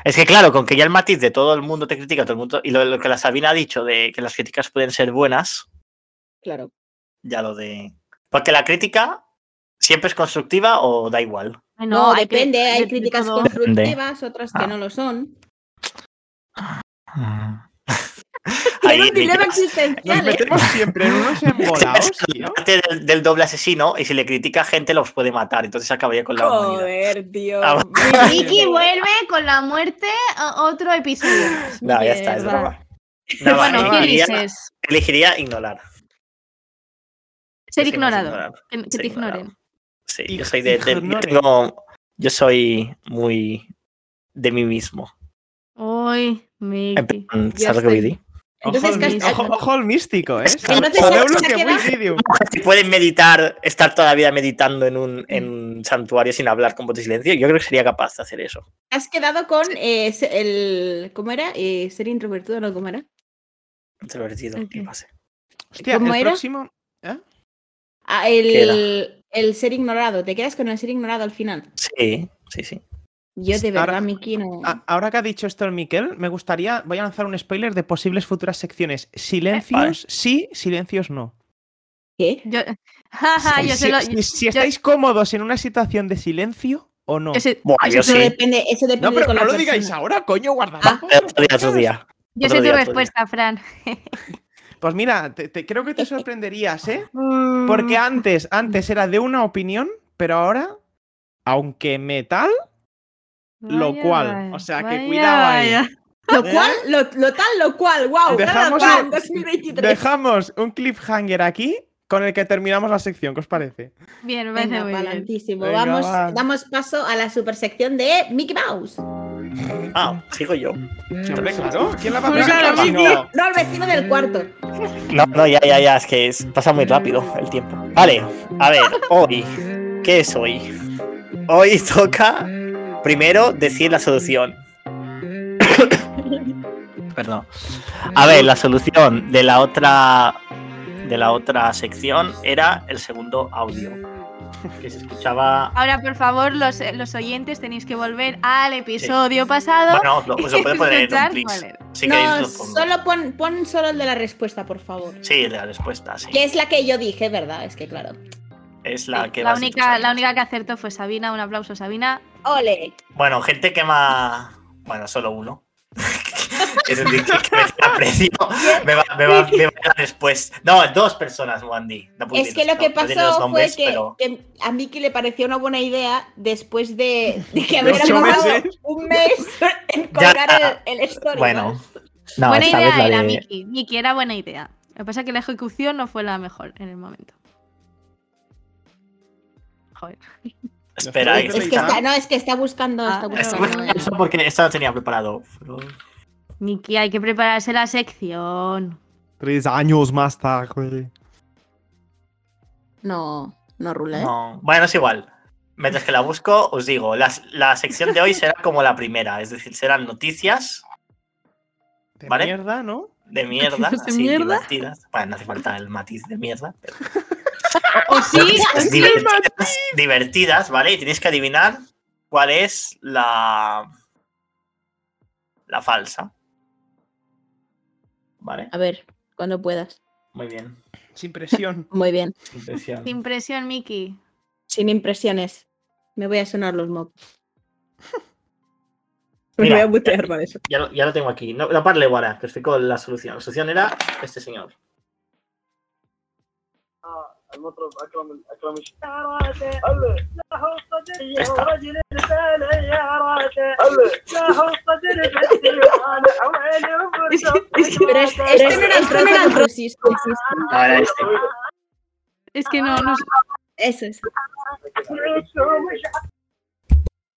Speaker 4: Es que claro, con que ya el matiz de todo el mundo te critica, todo el mundo. Y lo, lo que la Sabina ha dicho de que las críticas pueden ser buenas,
Speaker 1: Claro.
Speaker 4: ya lo de. Porque la crítica siempre es constructiva o da igual.
Speaker 3: Ay,
Speaker 1: No,
Speaker 3: hay que-
Speaker 1: depende, hay
Speaker 3: de- de
Speaker 1: críticas
Speaker 3: todo.
Speaker 1: constructivas, otras que
Speaker 4: Ah.
Speaker 1: no lo son.
Speaker 4: Ahí,
Speaker 1: Tiene un dilema
Speaker 4: Nicolás,
Speaker 2: Nos
Speaker 1: existencial. ¿eh?
Speaker 2: metemos siempre en unos embolados, tío.
Speaker 4: parte del, del doble asesino y si le critica gente los puede matar, entonces acabaría con la humanidad.
Speaker 1: Joder, tío.
Speaker 4: Ah,
Speaker 3: Miki vuelve con la muerte a otro episodio. más.
Speaker 4: No, ya está, es
Speaker 3: Mierda.
Speaker 4: broma. No, eh, va,
Speaker 3: Bueno,
Speaker 2: no,
Speaker 3: ¿qué
Speaker 2: no,
Speaker 4: elegiría,
Speaker 3: dices?
Speaker 4: elegiría ignorar.
Speaker 3: Ser
Speaker 4: Yo soy más
Speaker 3: ignorado.
Speaker 4: ignorado.
Speaker 3: Que, que
Speaker 4: Ser
Speaker 3: te
Speaker 4: ignorado.
Speaker 3: ignoren.
Speaker 4: Sí,
Speaker 2: Ig-
Speaker 4: yo soy de, de- yo
Speaker 2: ignore.
Speaker 4: tengo- yo soy muy de mí mismo.
Speaker 3: Uy,
Speaker 4: En
Speaker 3: Miki.
Speaker 4: plan,
Speaker 1: Ya
Speaker 4: ¿Sabes lo que
Speaker 1: estoy.
Speaker 4: voy a decir?
Speaker 1: Entonces,
Speaker 2: ojo,
Speaker 1: ¿qué
Speaker 2: al
Speaker 1: has-
Speaker 2: mis- ojo- ojo al místico, ¿eh?
Speaker 1: Entonces,
Speaker 2: Podeu
Speaker 1: ¿se
Speaker 2: lo
Speaker 1: ha
Speaker 2: que
Speaker 1: quedado?
Speaker 2: Wikidium.
Speaker 4: Mujeres que pueden meditar, estar toda la vida meditando en un, en un santuario sin hablar con voz de silencio, yo creo que sería capaz de hacer eso.
Speaker 1: has quedado con eh, se- el. ¿Cómo era? Eh, ser introvertido, ¿no? ¿Cómo era?
Speaker 4: Introvertido,
Speaker 3: Ok.
Speaker 4: ¿qué pasa?
Speaker 2: Hostia,
Speaker 1: ¿Cómo
Speaker 2: el
Speaker 1: era?
Speaker 2: próximo.
Speaker 1: Ah,
Speaker 4: ¿Qué era?
Speaker 1: el, el ser ignorado. Te quedas con el ser ignorado al final.
Speaker 4: Sí, sí, sí.
Speaker 1: Yo de
Speaker 2: Ahora-
Speaker 1: verdad, Miki, no.
Speaker 2: a- ahora que ha dicho esto el Miquel, me gustaría. Voy a lanzar un spoiler de posibles futuras secciones. Silencios sí, silencios no.
Speaker 1: ¿Qué?
Speaker 3: Yo, Jaja,
Speaker 2: Si-
Speaker 3: yo
Speaker 2: si,
Speaker 3: se lo.
Speaker 2: si- si
Speaker 3: yo-
Speaker 2: estáis cómodos en una situación de silencio o no.
Speaker 3: yo se-
Speaker 4: Buah, yo
Speaker 1: Eso
Speaker 4: sí.
Speaker 1: depende, eso depende
Speaker 2: No, pero
Speaker 1: con
Speaker 2: no
Speaker 1: la
Speaker 2: lo digáis
Speaker 1: persona.
Speaker 2: ahora, coño, guardad.
Speaker 3: Ah.
Speaker 4: Otro día, otro día.
Speaker 3: yo sé tu
Speaker 4: Otro día, otro día.
Speaker 3: respuesta, Fran.
Speaker 2: Pues mira, te- te- creo que te sorprenderías, ¿eh?
Speaker 4: Mm,
Speaker 2: Porque antes, antes era de una opinión, pero ahora, aunque metal, lo
Speaker 3: Vaya,
Speaker 2: cual,
Speaker 3: vaya,
Speaker 2: o sea, que
Speaker 3: vaya,
Speaker 2: cuidado ahí.
Speaker 3: vaya.
Speaker 1: Lo cual, lo, lo tal, lo cual, wow,
Speaker 2: ¿Eh?
Speaker 1: tal, lo
Speaker 2: Dejamos
Speaker 1: cual,
Speaker 2: el-
Speaker 1: 2023.
Speaker 2: dejamos un cliffhanger aquí con el que terminamos la sección, ¿qué os parece?
Speaker 3: Bien, me parece
Speaker 1: Venga,
Speaker 3: muy bien.
Speaker 1: palantísimo.
Speaker 2: Venga,
Speaker 1: Vamos,
Speaker 2: va.
Speaker 1: damos paso a la supersección de Mickey Mouse.
Speaker 4: Ah, sigo yo.
Speaker 2: Hombre, claro, ¿quién la va a
Speaker 3: Pues
Speaker 2: presentar
Speaker 3: claro,
Speaker 2: si
Speaker 3: Miki.
Speaker 2: no?
Speaker 1: No, al vecino del cuarto.
Speaker 4: No, no, ya, ya, ya, es que es- pasa muy rápido el tiempo. Vale, a ver, hoy, ¿qué es hoy? Hoy toca primero decir la solución. Perdón. A ver, la solución de la otra de la otra sección era el segundo audio que se escuchaba.
Speaker 3: Ahora, por favor, los, eh, los oyentes tenéis que volver al episodio pasado.
Speaker 4: Bueno, lo, os lo puedo poner en
Speaker 3: Escuchar
Speaker 4: un
Speaker 3: cuál
Speaker 4: clip.
Speaker 3: era.
Speaker 4: Si queréis
Speaker 1: No,
Speaker 4: lo pongo.
Speaker 1: solo pon, pon solo el de la respuesta, por favor.
Speaker 4: Sí, la respuesta, sí.
Speaker 1: Que es la que yo dije, ¿verdad? Es que claro.
Speaker 4: Es la que
Speaker 3: la,
Speaker 4: vas a
Speaker 3: única,
Speaker 4: escuchar.
Speaker 3: la única que acertó fue Sabina. Un aplauso, Sabina.
Speaker 1: Ole.
Speaker 4: Bueno, gente que más. Bueno, solo uno. es decir, que, que me aprecio. Me va, me va, me va a dar después. No, dos personas, Wandy. No puedo
Speaker 1: Es que
Speaker 4: decir
Speaker 1: lo que
Speaker 4: los- no puedo decir los
Speaker 1: pasó fue
Speaker 4: nombres,
Speaker 1: que,
Speaker 4: pero-
Speaker 1: que a Mickey le pareció una buena idea después de, de que
Speaker 2: ¿De
Speaker 1: hubiera
Speaker 2: ocho
Speaker 1: pasado
Speaker 2: meses?
Speaker 1: un mes en colgar el, el story.
Speaker 4: Bueno. No,
Speaker 3: buena
Speaker 4: esta vez
Speaker 3: idea
Speaker 4: la
Speaker 3: era,
Speaker 4: de-
Speaker 3: Miki. Miki, era buena idea. Lo que pasa es que la ejecución no fue la mejor en el momento. Joder.
Speaker 4: Espera,
Speaker 1: Es que está, no, es que está buscando,
Speaker 3: Ah,
Speaker 1: está
Speaker 4: es
Speaker 1: buscando.
Speaker 4: bueno eso porque esta no tenía preparado. pero-
Speaker 3: Miki, hay que prepararse la sección.
Speaker 2: Tres años más tarde.
Speaker 1: No, no rula, ¿eh?
Speaker 4: No. Bueno, es igual. Mientras que la busco, os digo, las- la sección de hoy será como la primera, es decir, serán noticias
Speaker 2: De
Speaker 4: Vale.
Speaker 2: mierda, ¿no?
Speaker 4: de mierda,
Speaker 3: ¿Noticias de
Speaker 4: así,
Speaker 3: mierda?
Speaker 4: divertidas. Bueno, no hace falta el matiz de mierda, pero-
Speaker 3: ¿O sí? ¿O sí?
Speaker 4: divertidas, divertidas, ¿vale? Y tenéis que adivinar cuál es la. La falsa. Vale,
Speaker 1: A ver, cuando puedas.
Speaker 4: muy bien.
Speaker 2: Sin presión.
Speaker 1: Muy bien.
Speaker 4: Impresión.
Speaker 3: Sin presión, Miki.
Speaker 1: Sin impresiones. Me voy a sonar los mocos.
Speaker 4: Mira.
Speaker 1: Me voy a butear para eso.
Speaker 4: Ya, lo- ya lo tengo aquí. No, no parle ahora, que os explico la solución. La solución era este señor.
Speaker 5: المطرب اكرم اكرم الش- الله. له قدر يا
Speaker 4: Está.
Speaker 5: رجل رسالة يا راجل له قدر في الديوان وعيني
Speaker 1: Pero es- este no era el trozo del rosista.
Speaker 4: No, era este.
Speaker 3: Es que no, no sé.
Speaker 1: Eso es.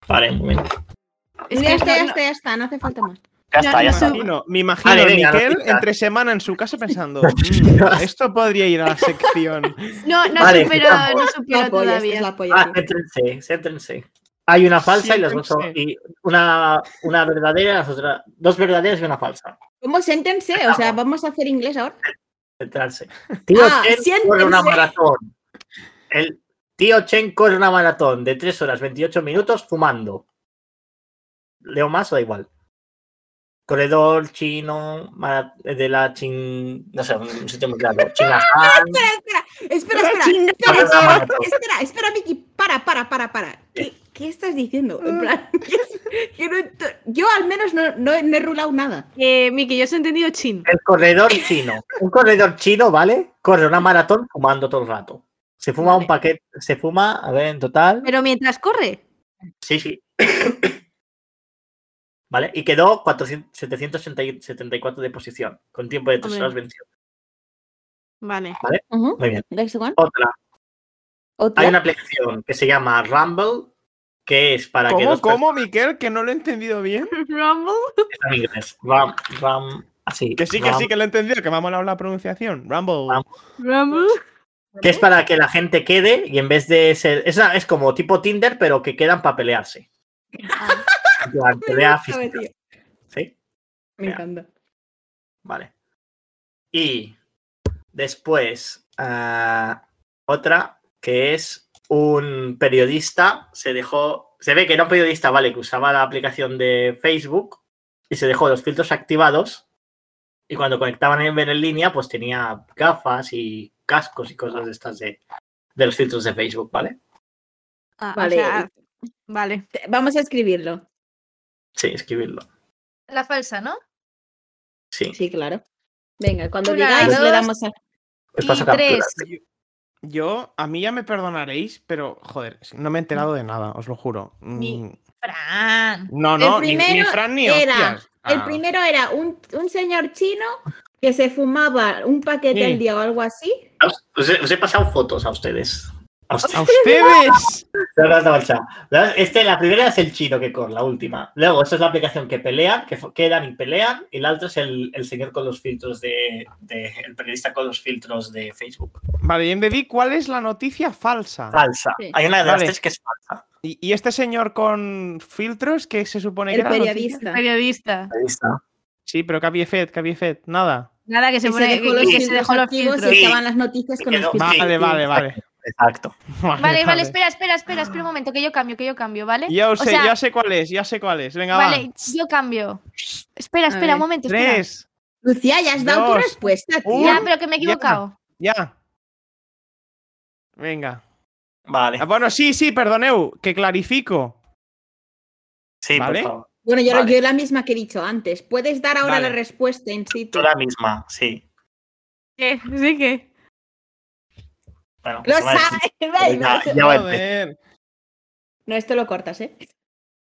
Speaker 4: Vale, un momento.
Speaker 3: Es
Speaker 1: ya
Speaker 3: que
Speaker 1: está, ya
Speaker 3: no- no-
Speaker 1: está, ya está. No hace falta más.
Speaker 4: Ya está, ya
Speaker 2: Me
Speaker 4: está.
Speaker 2: imagino, me imagino
Speaker 4: Vale,
Speaker 2: a
Speaker 4: venga,
Speaker 2: Miquel
Speaker 4: noticias.
Speaker 2: entre semana en su casa pensando, "Mm, esto podría ir a la sección.
Speaker 3: No, no
Speaker 4: Vale,
Speaker 3: superó,
Speaker 4: empezamos.
Speaker 3: no
Speaker 1: La
Speaker 3: superó
Speaker 1: polla, esta
Speaker 3: todavía.
Speaker 1: es la polla.
Speaker 4: Ah,
Speaker 1: tío.
Speaker 4: siéntense, siéntense. Hay una falsa y las dos son.
Speaker 2: Siéntense.
Speaker 4: y una, una verdadera, las otras- dos verdaderas y una falsa.
Speaker 1: ¿Cómo séntense? O sea, vamos a hacer inglés ahora.
Speaker 4: centrarse. Tío
Speaker 1: Ah,
Speaker 4: Chen corre una
Speaker 1: siéntense.
Speaker 4: maratón. El tío Chen corre una maratón de 3 horas 28 minutos fumando. Leo más o da igual. Corredor chino mara- de la Chin. No sé, un sitio muy claro. Chinaján.
Speaker 1: Espera, espera. Espera, espera, espera, espera, Miki. Para, para, para, para. ¿Qué, qué estás diciendo? En plan, que no ent- yo al menos no, no- no he rulado nada.
Speaker 3: Eh, Miki, yo os he entendido chin.
Speaker 4: El corredor chino. Un corredor chino, ¿vale? Corre una maratón fumando todo el rato. Se fuma un
Speaker 3: Vale.
Speaker 4: paquete. Se fuma, a ver, en total.
Speaker 3: Pero mientras corre.
Speaker 4: Sí, sí. ¿Vale? Y quedó 400 774 de posición, con tiempo de 3
Speaker 3: Hombre.
Speaker 4: horas 21.
Speaker 3: Vale.
Speaker 1: Ujú.
Speaker 4: Muy bien.
Speaker 1: Next one.
Speaker 4: Otra.
Speaker 1: Otra.
Speaker 4: Hay una aplicación que se llama Rumble, que es para que
Speaker 2: ¿Cómo,
Speaker 4: dos
Speaker 2: cómo, Miquel? Que no lo he entendido bien.
Speaker 3: Rumble.
Speaker 4: personas en inglés. Ram, ram, así.
Speaker 2: Que sí, que
Speaker 4: Ram-
Speaker 2: sí, que lo he entendido, que me ha molado la pronunciación. Rumble.
Speaker 4: Rumble.
Speaker 3: Rumble.
Speaker 4: que es para que la gente quede y en vez de ser. Es, una- es como tipo Tinder, pero que quedan para pelearse. En plan, pelea
Speaker 1: gusta,
Speaker 4: física.
Speaker 1: tío.
Speaker 4: ¿Sí?
Speaker 1: Me
Speaker 4: Mira.
Speaker 1: encanta.
Speaker 4: Vale. Y después, ah, otra que es un periodista se dejó. Se ve que era un periodista, vale, que usaba la aplicación de Facebook y se dejó los filtros activados. Y cuando conectaban en, en línea, pues tenía gafas y cascos y cosas de estas de, de los filtros de Facebook, ¿vale?
Speaker 3: Ah, o
Speaker 1: Vale.
Speaker 3: sea, vale.
Speaker 1: Te- Vamos a escribirlo.
Speaker 4: Sí, escribirlo.
Speaker 3: La falsa, ¿no?
Speaker 4: Sí.
Speaker 1: Sí, claro. Venga, cuando
Speaker 3: Una,
Speaker 1: digáis le
Speaker 3: dos.
Speaker 1: damos a.
Speaker 4: Os paso
Speaker 3: Y
Speaker 4: captura.
Speaker 3: tres.
Speaker 2: Yo, a mí ya me perdonaréis, pero joder, es que no me he enterado de nada, os lo juro.
Speaker 3: Ni-
Speaker 2: Mm,
Speaker 3: Fran.
Speaker 2: No,
Speaker 1: El
Speaker 2: no, ni, ni
Speaker 1: primero
Speaker 2: Fran ni
Speaker 1: era-
Speaker 2: hostias.
Speaker 1: El
Speaker 2: Ah,
Speaker 1: primero era un, un señor chino que se fumaba un paquete
Speaker 2: Sí.
Speaker 1: al día o algo así.
Speaker 4: Os he, os he pasado fotos a ustedes. A ustedes.
Speaker 2: ¡A ustedes!
Speaker 4: No, no, no, no. ¿Verdad? Este, la primera es el chino que corre, la última. Luego, esta es la aplicación que pelean, que fo- quedan y pelean. Y la otra es el, el señor con los filtros de, de- El periodista con los filtros de Facebook.
Speaker 2: Vale, y di ¿cuál es la noticia falsa?
Speaker 4: Falsa.
Speaker 1: Sí.
Speaker 4: Hay una de
Speaker 2: Vale.
Speaker 4: las tres que es falsa.
Speaker 2: Y, y este señor con filtros que se supone
Speaker 1: El
Speaker 2: que era la noticia?
Speaker 1: periodista.
Speaker 3: Periodista.
Speaker 4: Ahí está.
Speaker 2: Sí, pone que había fet, que había fet, nada.
Speaker 3: Nada, que se,
Speaker 1: Que se
Speaker 3: pone que-
Speaker 1: dejó los
Speaker 3: que se
Speaker 1: filtros
Speaker 3: dejó los
Speaker 1: activos
Speaker 3: filtros.
Speaker 1: y
Speaker 4: Sí.
Speaker 1: estaban las noticias con los
Speaker 4: Quedó-
Speaker 1: filtros.
Speaker 4: Sí,
Speaker 2: Vale,
Speaker 1: activos.
Speaker 2: vale, vale.
Speaker 4: Exacto.
Speaker 3: Vale, vale, espera, espera, espera, espera un momento, que yo cambio, que yo cambio, ¿vale?
Speaker 2: Ya,
Speaker 3: O
Speaker 2: os sé,
Speaker 3: sea,
Speaker 2: ya sé cuál es, ya sé cuál es. Venga,
Speaker 3: Vale,
Speaker 2: va.
Speaker 3: yo cambio. Espera, espera,
Speaker 1: ver,
Speaker 3: un momento, espera.
Speaker 2: Tres,
Speaker 1: Lucía, ya has dado
Speaker 2: Dos.
Speaker 1: tu respuesta, tía.
Speaker 2: Uno.
Speaker 3: Ya, pero que me he
Speaker 2: Ya.
Speaker 3: equivocado.
Speaker 2: ya. Venga.
Speaker 4: Vale.
Speaker 2: Ah, bueno, sí, sí, perdoneu, que clarifico.
Speaker 4: Sí,
Speaker 2: Vale.
Speaker 4: por favor.
Speaker 1: Bueno, yo,
Speaker 4: Vale.
Speaker 1: yo la misma que he dicho antes. Puedes dar ahora
Speaker 2: Vale.
Speaker 1: la respuesta en sí.
Speaker 4: Tú la misma, sí.
Speaker 3: ¿Qué? ¿Sí que?
Speaker 4: Bueno,
Speaker 1: Lo
Speaker 4: se va a decir.
Speaker 1: sabes, ¿ves?
Speaker 4: Ya, ya va a empezar.
Speaker 2: Joder.
Speaker 1: No, esto lo cortas, ¿eh?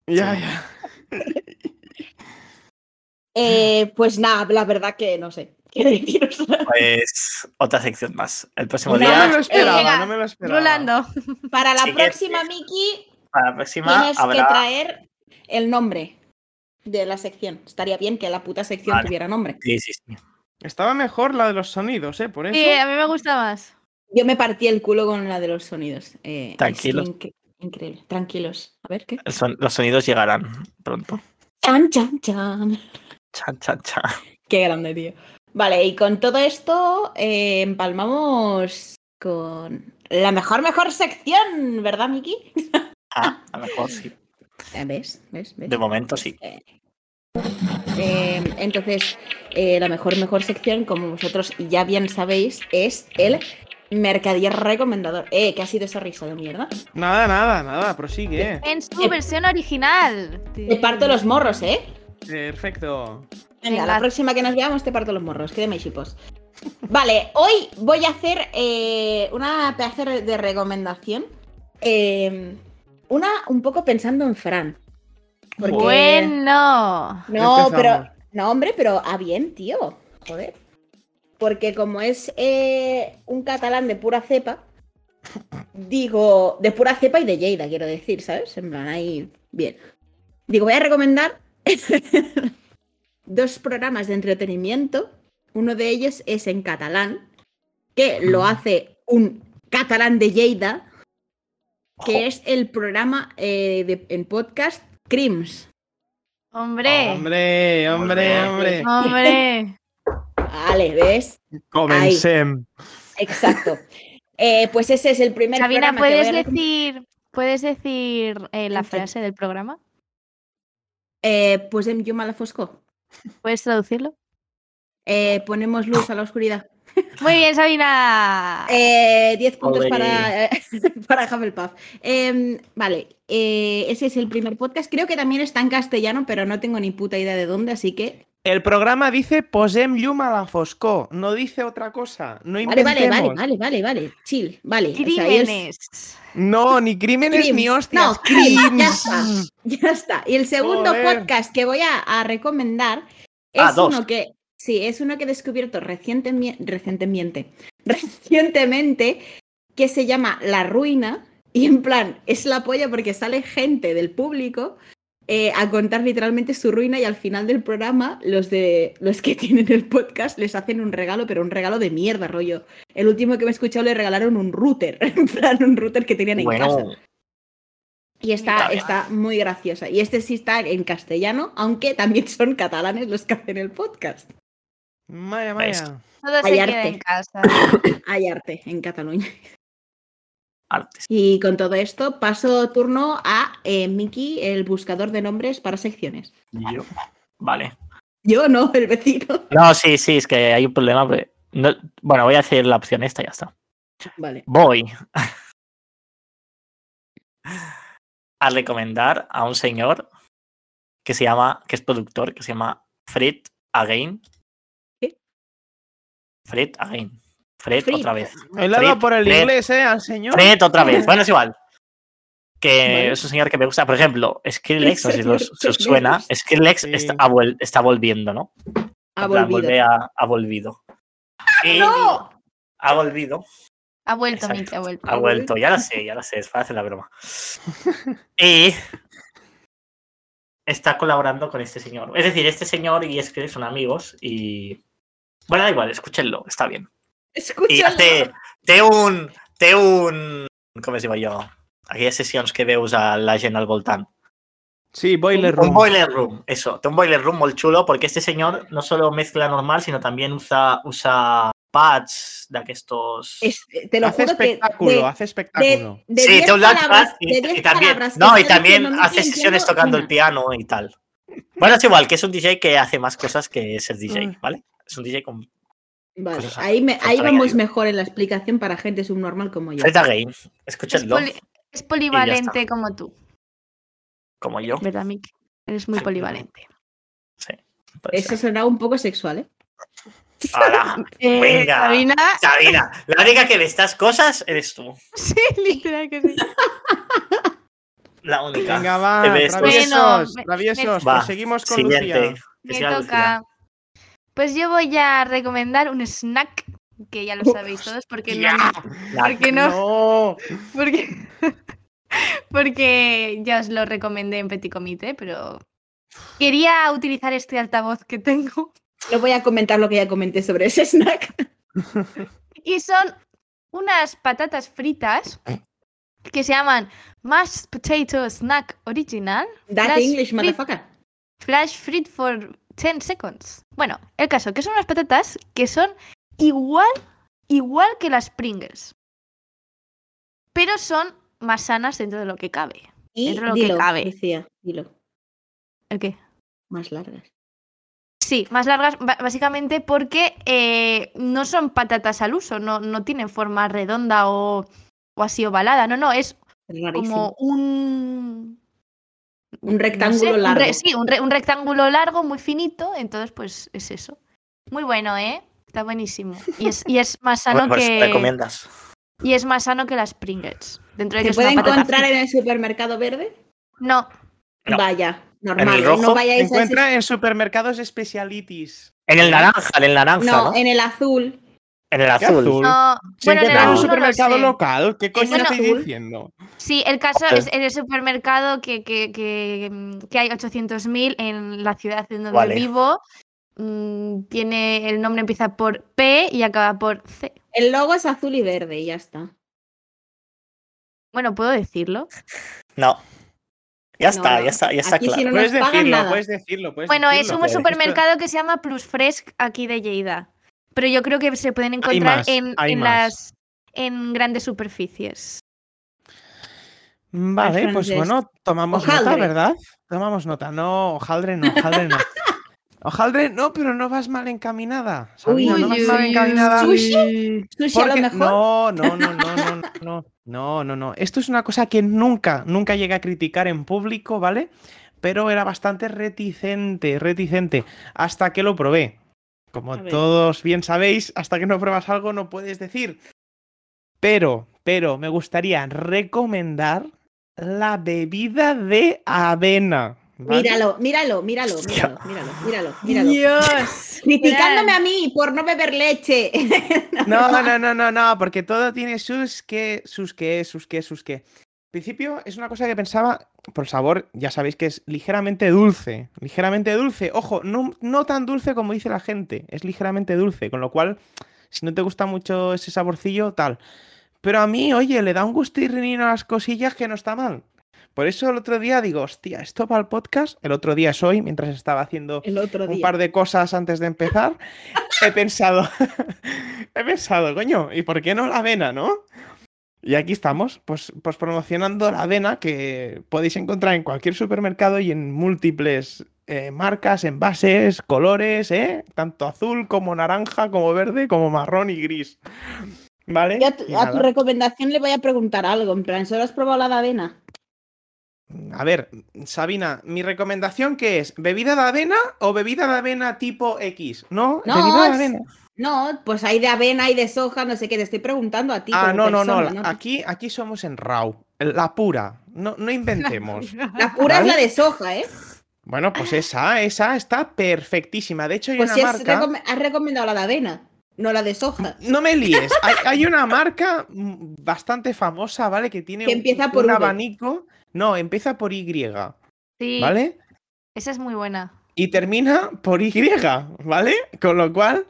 Speaker 2: Ya,
Speaker 4: Sí.
Speaker 2: ya.
Speaker 1: Eh, Pues nada, la verdad que no sé. ¿Qué deciros?
Speaker 4: Pues otra sección más. El próximo
Speaker 1: Una-
Speaker 2: No
Speaker 4: día,
Speaker 2: me lo esperaba,
Speaker 3: venga,
Speaker 2: no me lo esperaba.
Speaker 3: Rolando.
Speaker 1: Para la
Speaker 4: Siguiente.
Speaker 1: próxima, Miki,
Speaker 4: para la próxima,
Speaker 1: tienes que
Speaker 4: habrá.
Speaker 1: traer el nombre de la sección. Estaría bien que la puta sección
Speaker 4: Vale.
Speaker 1: tuviera nombre.
Speaker 4: Sí, sí, sí.
Speaker 2: Estaba mejor la de los sonidos, ¿eh? Por eso.
Speaker 3: Sí, a mí me gusta más.
Speaker 1: Yo me partí el culo con la de los sonidos. Eh, es
Speaker 4: Tranquilos.
Speaker 1: incre- increíble. Tranquilos. A ver qué.
Speaker 4: El son- los sonidos llegarán pronto.
Speaker 1: Chan, chan, chan.
Speaker 4: Chan, chan, chan.
Speaker 1: Qué grande, tío. Vale, y con todo esto eh, empalmamos con la mejor, mejor sección, ¿verdad, Miki?
Speaker 4: Ah, a lo mejor sí.
Speaker 1: Eh, ¿Ves? ¿Ves? ¿Ves?
Speaker 4: De momento Pues sí.
Speaker 1: Eh, eh, entonces, eh, la mejor, mejor sección, como vosotros ya bien sabéis, es el mercadillo recomendador. Eh, que ha sido esa risa de mierda.
Speaker 2: Nada, nada, nada, prosigue.
Speaker 3: En su
Speaker 1: Eh,
Speaker 3: versión original.
Speaker 1: Te parto los morros, ¿eh?
Speaker 2: Perfecto.
Speaker 1: Venga,
Speaker 3: Venga.
Speaker 1: la próxima que nos veamos te parto los morros, quédeme chipos. Vale, hoy voy a hacer eh, una pedazo de recomendación. eh, una un poco pensando en Fran. Porque...
Speaker 3: Bueno.
Speaker 1: No, pero.
Speaker 2: Empezamos.
Speaker 1: No, hombre, pero a bien, tío. Joder. Porque como es eh, un catalán de pura cepa, digo. De pura cepa y de Lleida, quiero decir, ¿sabes? En plan, ahí. Bien. Digo, voy a recomendar dos programas de entretenimiento. Uno de ellos es en catalán, que lo hace un catalán de Lleida, que
Speaker 4: Jo.
Speaker 1: es el programa eh, de- en podcast Crims.
Speaker 3: Hombre. Hombre.
Speaker 2: Hombre, hombre, hombre.
Speaker 1: Hombre. Vale, ¿ves?
Speaker 2: Comencem.
Speaker 1: Exacto. Eh, pues ese es el primer
Speaker 3: Sabina,
Speaker 1: programa que voy
Speaker 3: ¿puedes
Speaker 1: a recom-
Speaker 3: decir, ¿puedes decir eh, la
Speaker 1: Sí.
Speaker 3: frase del programa?
Speaker 1: Eh, pues em, yo me la fosco.
Speaker 3: ¿Puedes traducirlo?
Speaker 1: Eh, ponemos luz a la oscuridad.
Speaker 3: Muy bien, Sabina.
Speaker 1: Eh, 10 puntos
Speaker 4: Ole.
Speaker 1: para, eh, para Hufflepuff. Em, vale, eh, ese es el primer podcast. Creo que también está en castellano, pero no tengo ni puta idea de dónde, así que.
Speaker 2: El programa dice Posem llum a la foscor. No dice otra cosa. No
Speaker 1: Vale, vale,
Speaker 2: inventemos.
Speaker 1: vale, vale, vale, vale. Chill, vale. o sea, ellos-
Speaker 3: Crímenes.
Speaker 2: No, ni crímenes ni
Speaker 1: Crims.
Speaker 2: hostias.
Speaker 1: No, crims, ya
Speaker 2: Crims.
Speaker 1: está. Ya está. Y el segundo
Speaker 2: Joder.
Speaker 1: podcast que voy a, a recomendar es
Speaker 4: Ah, dos.
Speaker 1: uno que. Sí, es uno que he descubierto recientemie- recientemente. Recientemente, que se llama La Ruina. Y en plan, es la polla porque sale gente del público eh, a contar literalmente su ruina y al final del programa los, de, los que tienen el podcast les hacen un regalo, pero un regalo de mierda, rollo. El último que me he escuchado le regalaron un router, en plan un router que tenían en casa.
Speaker 4: Bueno,
Speaker 1: Y
Speaker 4: Está
Speaker 1: está,
Speaker 4: bien.
Speaker 1: está muy graciosa. Y este sí está en castellano, aunque también son catalanes los que hacen el podcast.
Speaker 2: Maya,
Speaker 4: Ves.
Speaker 2: maya.
Speaker 3: Todo se
Speaker 1: Callarte.
Speaker 3: queda en casa.
Speaker 1: Hay arte en Cataluña.
Speaker 4: artes.
Speaker 1: Y con todo esto paso turno a eh, Miki, el buscador de nombres para secciones.
Speaker 4: Y yo. Vale.
Speaker 1: Yo no, el vecino.
Speaker 4: No, sí, sí, es que hay un problema. porque no- bueno, voy a hacer la opción esta y ya está.
Speaker 1: Vale.
Speaker 4: Voy a recomendar a un señor que se llama, que es productor, que se llama Fred Again.
Speaker 1: ¿Qué?
Speaker 4: Fred Again. Fred,
Speaker 1: Fred.
Speaker 4: otra vez.
Speaker 2: Él ha dado
Speaker 4: Fred,
Speaker 2: por el
Speaker 4: Fred,
Speaker 2: inglés, ¿eh? Al señor.
Speaker 4: Fred otra vez. Bueno, es igual. Que
Speaker 1: Vale.
Speaker 4: es un señor que me gusta. Por ejemplo, Skrillex, no sé si os, si os
Speaker 1: Me
Speaker 4: suena.
Speaker 1: gusta.
Speaker 4: Skrillex
Speaker 2: Sí.
Speaker 4: está, ha vuel- está volviendo, ¿no?
Speaker 1: Ha
Speaker 4: En
Speaker 1: volvido.
Speaker 4: plan, vuelve a- ha volvido. Y
Speaker 3: ¡No!
Speaker 4: Ha volvido.
Speaker 3: Ha vuelto,
Speaker 4: Exacto.
Speaker 3: Mitch, ha vuelto.
Speaker 4: Ha vuelto. Ya la sé, ya la sé. Es para hacer la broma. Y está colaborando con este señor. Es decir, este señor y es que son amigos y... Bueno, da igual, escúchenlo, está bien. Y
Speaker 1: Escúchalo.
Speaker 4: té, té un... Té un... Com es diu allò? Aquelles sessions que veus a la gent al voltant.
Speaker 2: Sí, Boiler
Speaker 4: Un
Speaker 2: Room.
Speaker 4: boiler room, eso. Un boiler room muy chulo porque este señor no solo mezcla normal, sino también usa, usa pads de estos...
Speaker 1: Es- eh, te lo
Speaker 2: Hace
Speaker 1: juro que.
Speaker 2: espectáculo,
Speaker 1: de-
Speaker 2: hace espectáculo.
Speaker 1: De, de
Speaker 4: sí,
Speaker 1: 10
Speaker 4: té un
Speaker 1: palabras,
Speaker 4: launchpad
Speaker 1: de
Speaker 4: y,
Speaker 1: 10
Speaker 4: y también,
Speaker 1: palabras que
Speaker 4: no, y
Speaker 1: está
Speaker 4: también
Speaker 1: diciendo, no
Speaker 4: hace
Speaker 1: entiendo
Speaker 4: sesiones tocando el
Speaker 1: una.
Speaker 4: piano y tal. Bueno, es igual, que es un DJ que hace más cosas que ser DJ,
Speaker 2: Ah.
Speaker 1: Mm.
Speaker 4: ¿vale? Es un DJ con
Speaker 1: Vale,
Speaker 4: Cosas
Speaker 1: ahí, me-
Speaker 4: que
Speaker 1: ahí
Speaker 4: están
Speaker 1: vamos
Speaker 4: añadidas.
Speaker 1: mejor en la explicación para gente subnormal como yo.
Speaker 4: Zelda Game.
Speaker 3: Es,
Speaker 4: Escúchenlo,
Speaker 3: poli- es polivalente como tú,
Speaker 4: como yo.
Speaker 3: ¿verdad, Mick? Eres muy
Speaker 4: Sí.
Speaker 3: polivalente.
Speaker 4: Pues,
Speaker 1: Eso será un poco sexual, ¿eh?
Speaker 4: ahora,
Speaker 3: Eh,
Speaker 4: Venga.
Speaker 3: Sabina,
Speaker 4: Sabina, la única que ve estas cosas eres tú.
Speaker 3: sí, literal que sí.
Speaker 4: La única.
Speaker 2: Venga, va,
Speaker 4: Te ves-
Speaker 2: traviesos,
Speaker 3: Bueno, me-
Speaker 2: traviesos,
Speaker 4: Va,
Speaker 2: proseguimos con
Speaker 4: Siguiente.
Speaker 2: Lucía.
Speaker 4: Que
Speaker 3: Me
Speaker 4: siga
Speaker 3: toca.
Speaker 4: Lucía.
Speaker 3: Pues yo voy a recomendar un snack que ya lo sabéis todos porque no,
Speaker 4: La-
Speaker 3: porque no,
Speaker 2: No.
Speaker 3: porque, porque ya os lo recomendé en Petit Comité, pero quería utilizar este altavoz que tengo
Speaker 1: No voy a comentar lo que ya comenté sobre ese snack.
Speaker 3: y son unas patatas fritas que se llaman Mashed Potato Snack Original
Speaker 1: That
Speaker 3: Las
Speaker 1: English,
Speaker 3: fri-
Speaker 1: motherfucker.
Speaker 3: Flash Fried for 10 seconds. Bueno, el caso, que son unas patatas que son igual, igual que las Pringles. Pero son más sanas dentro de lo que cabe.
Speaker 1: Y
Speaker 3: Dentro de lo que
Speaker 1: dilo,
Speaker 3: cabe.
Speaker 1: Lucía, dilo.
Speaker 3: ¿El qué?
Speaker 1: Más largas.
Speaker 3: Sí, más largas, ba- básicamente porque eh, no son patatas al uso, no, no tienen forma redonda o, o así ovalada. No, no, es
Speaker 1: Es rarísimo.
Speaker 3: como un,
Speaker 1: un
Speaker 3: no sé,
Speaker 1: rectángulo
Speaker 3: un re-
Speaker 1: largo.
Speaker 3: sí, un, re- un rectángulo largo, muy finito, entonces pues es eso. Muy bueno, ¿eh? Está buenísimo. Y es, y es más sano
Speaker 4: Bueno, pues
Speaker 3: que
Speaker 4: recomiendas.
Speaker 3: y es más sano que las Pringles. Dentro de que
Speaker 1: ¿Se
Speaker 3: es
Speaker 1: puede
Speaker 3: una patata
Speaker 1: encontrar
Speaker 3: frita.
Speaker 1: en el supermercado verde?
Speaker 3: No,
Speaker 4: No.
Speaker 1: Vaya, normal.
Speaker 4: rojo
Speaker 1: no
Speaker 2: Se
Speaker 1: vayáis a ese-
Speaker 2: encuentra en supermercados specialities.
Speaker 4: En el naranja, en el naranja, ¿no?
Speaker 1: No, en el azul.
Speaker 4: En el
Speaker 2: ¿Qué
Speaker 4: azul.
Speaker 2: azul?
Speaker 3: no.
Speaker 2: Se
Speaker 3: Bueno, en el
Speaker 2: encuentra en un
Speaker 3: azul no lo
Speaker 2: supermercado
Speaker 3: sé.
Speaker 2: local. ¿Qué coño
Speaker 3: Bueno,
Speaker 2: estoy
Speaker 1: azul.
Speaker 2: diciendo?
Speaker 3: Sí, el caso
Speaker 4: Ok.
Speaker 3: es en el supermercado que, que, que, mm, que hay 800.000 en la ciudad en donde
Speaker 4: Vale.
Speaker 3: vivo. Mm, tiene el nombre empieza por P y acaba por C.
Speaker 1: El logo es azul y verde y ya está.
Speaker 3: Bueno, puedo decirlo.
Speaker 4: No. Ya
Speaker 1: No,
Speaker 4: está,
Speaker 1: no.
Speaker 4: ya está, ya está
Speaker 1: Aquí sí
Speaker 4: claro.
Speaker 1: no
Speaker 2: Puedes
Speaker 1: nos pagan
Speaker 2: decirlo,
Speaker 1: nada.
Speaker 2: puedes decirlo, puedes
Speaker 3: Bueno, es
Speaker 2: decirlo.
Speaker 3: un
Speaker 4: pero esto-
Speaker 3: supermercado que se llama Plus Fresc aquí de Lleida. Pero yo creo que se pueden encontrar
Speaker 2: más,
Speaker 3: en,
Speaker 2: hay
Speaker 3: en
Speaker 2: más.
Speaker 3: las en grandes superficies.
Speaker 2: Vale,
Speaker 1: Al
Speaker 2: pues
Speaker 1: francés.
Speaker 2: bueno, tomamos nota,
Speaker 1: Hojaldre.
Speaker 2: ¿verdad? Tomamos nota. No, hojaldre no, hojaldre no. Hojaldre no, pero no vas mal encaminada. Sabina,
Speaker 1: Uy,
Speaker 2: no vas
Speaker 1: uy,
Speaker 2: mal
Speaker 1: uy,
Speaker 2: encaminada.
Speaker 1: ¿Sushi? ¿Sushi a
Speaker 2: Porque-
Speaker 1: lo mejor?
Speaker 2: No, no, no, no, no, no, no, no, no, no. Esto es una cosa que nunca, nunca llegué a criticar en público, ¿vale? Pero era bastante reticente, reticente, hasta que lo probé. Como
Speaker 1: A ver.
Speaker 2: todos bien sabéis, hasta que no pruebas algo no puedes decir. Pero, pero, me gustaría recomendar la bebida de avena. ¿vale?
Speaker 1: Míralo, míralo, míralo, míralo, míralo, míralo, míralo.
Speaker 3: Dios.
Speaker 1: Criticándome a mí por no beber leche.
Speaker 2: No, no, no, no, no, porque todo tiene sus que, sus que, sus que, sus que. Al principio es una cosa que pensaba, por el sabor, ya sabéis que es ligeramente dulce, ligeramente dulce. Ojo, no, no tan dulce como dice la gente, es ligeramente dulce, con lo cual, si no te gusta mucho ese saborcillo, tal. Pero a mí, oye, le da un gustirrinino a las cosillas que no está mal. Por eso el otro día digo, hostia, esto para el podcast, el otro día es hoy, mientras estaba haciendo
Speaker 1: El otro
Speaker 2: un
Speaker 1: día.
Speaker 2: par de cosas antes de empezar, he pensado, he pensado, coño, ¿y por qué no la avena, no? Y aquí estamos, pues, pues promocionando la avena que podéis encontrar en cualquier supermercado y en múltiples eh, marcas, envases, colores, ¿eh? Tanto azul como naranja, como verde, como marrón y gris. ¿Vale?
Speaker 1: Yo a tu,
Speaker 2: ¿Eh? Y
Speaker 1: a tu
Speaker 2: nada.
Speaker 1: recomendación le voy a preguntar algo. En plan, ¿solo has probado la de avena?
Speaker 2: A ver, Sabina, mi recomendación que es, ¿bebida de avena o bebida de avena tipo X? No,
Speaker 1: No,
Speaker 2: bebida de
Speaker 1: es-
Speaker 2: avena.
Speaker 1: No, pues hay de avena, hay de soja, no sé qué. Te estoy preguntando a ti.
Speaker 2: Ah,
Speaker 1: como
Speaker 2: no, no, no.
Speaker 1: persona,
Speaker 2: la- Aquí, aquí somos en RAW. La pura. No, no inventemos.
Speaker 1: La pura es
Speaker 2: ¿Vale?
Speaker 1: la de soja, ¿eh?
Speaker 2: Bueno, pues esa, esa está perfectísima. De hecho, hay
Speaker 1: Pues
Speaker 2: una
Speaker 1: si has,
Speaker 2: marca.
Speaker 1: recome- has recomendado la de avena, no la de soja.
Speaker 2: No me líes. Hay, hay una marca mm, bastante famosa, ¿vale? Que tiene
Speaker 1: Que
Speaker 2: un-
Speaker 1: empieza por
Speaker 2: un
Speaker 1: V.
Speaker 2: abanico. No, empieza por Y,
Speaker 3: Sí,
Speaker 2: ¿vale?
Speaker 3: esa es muy buena.
Speaker 2: Y termina por Y, ¿vale? Con lo cual,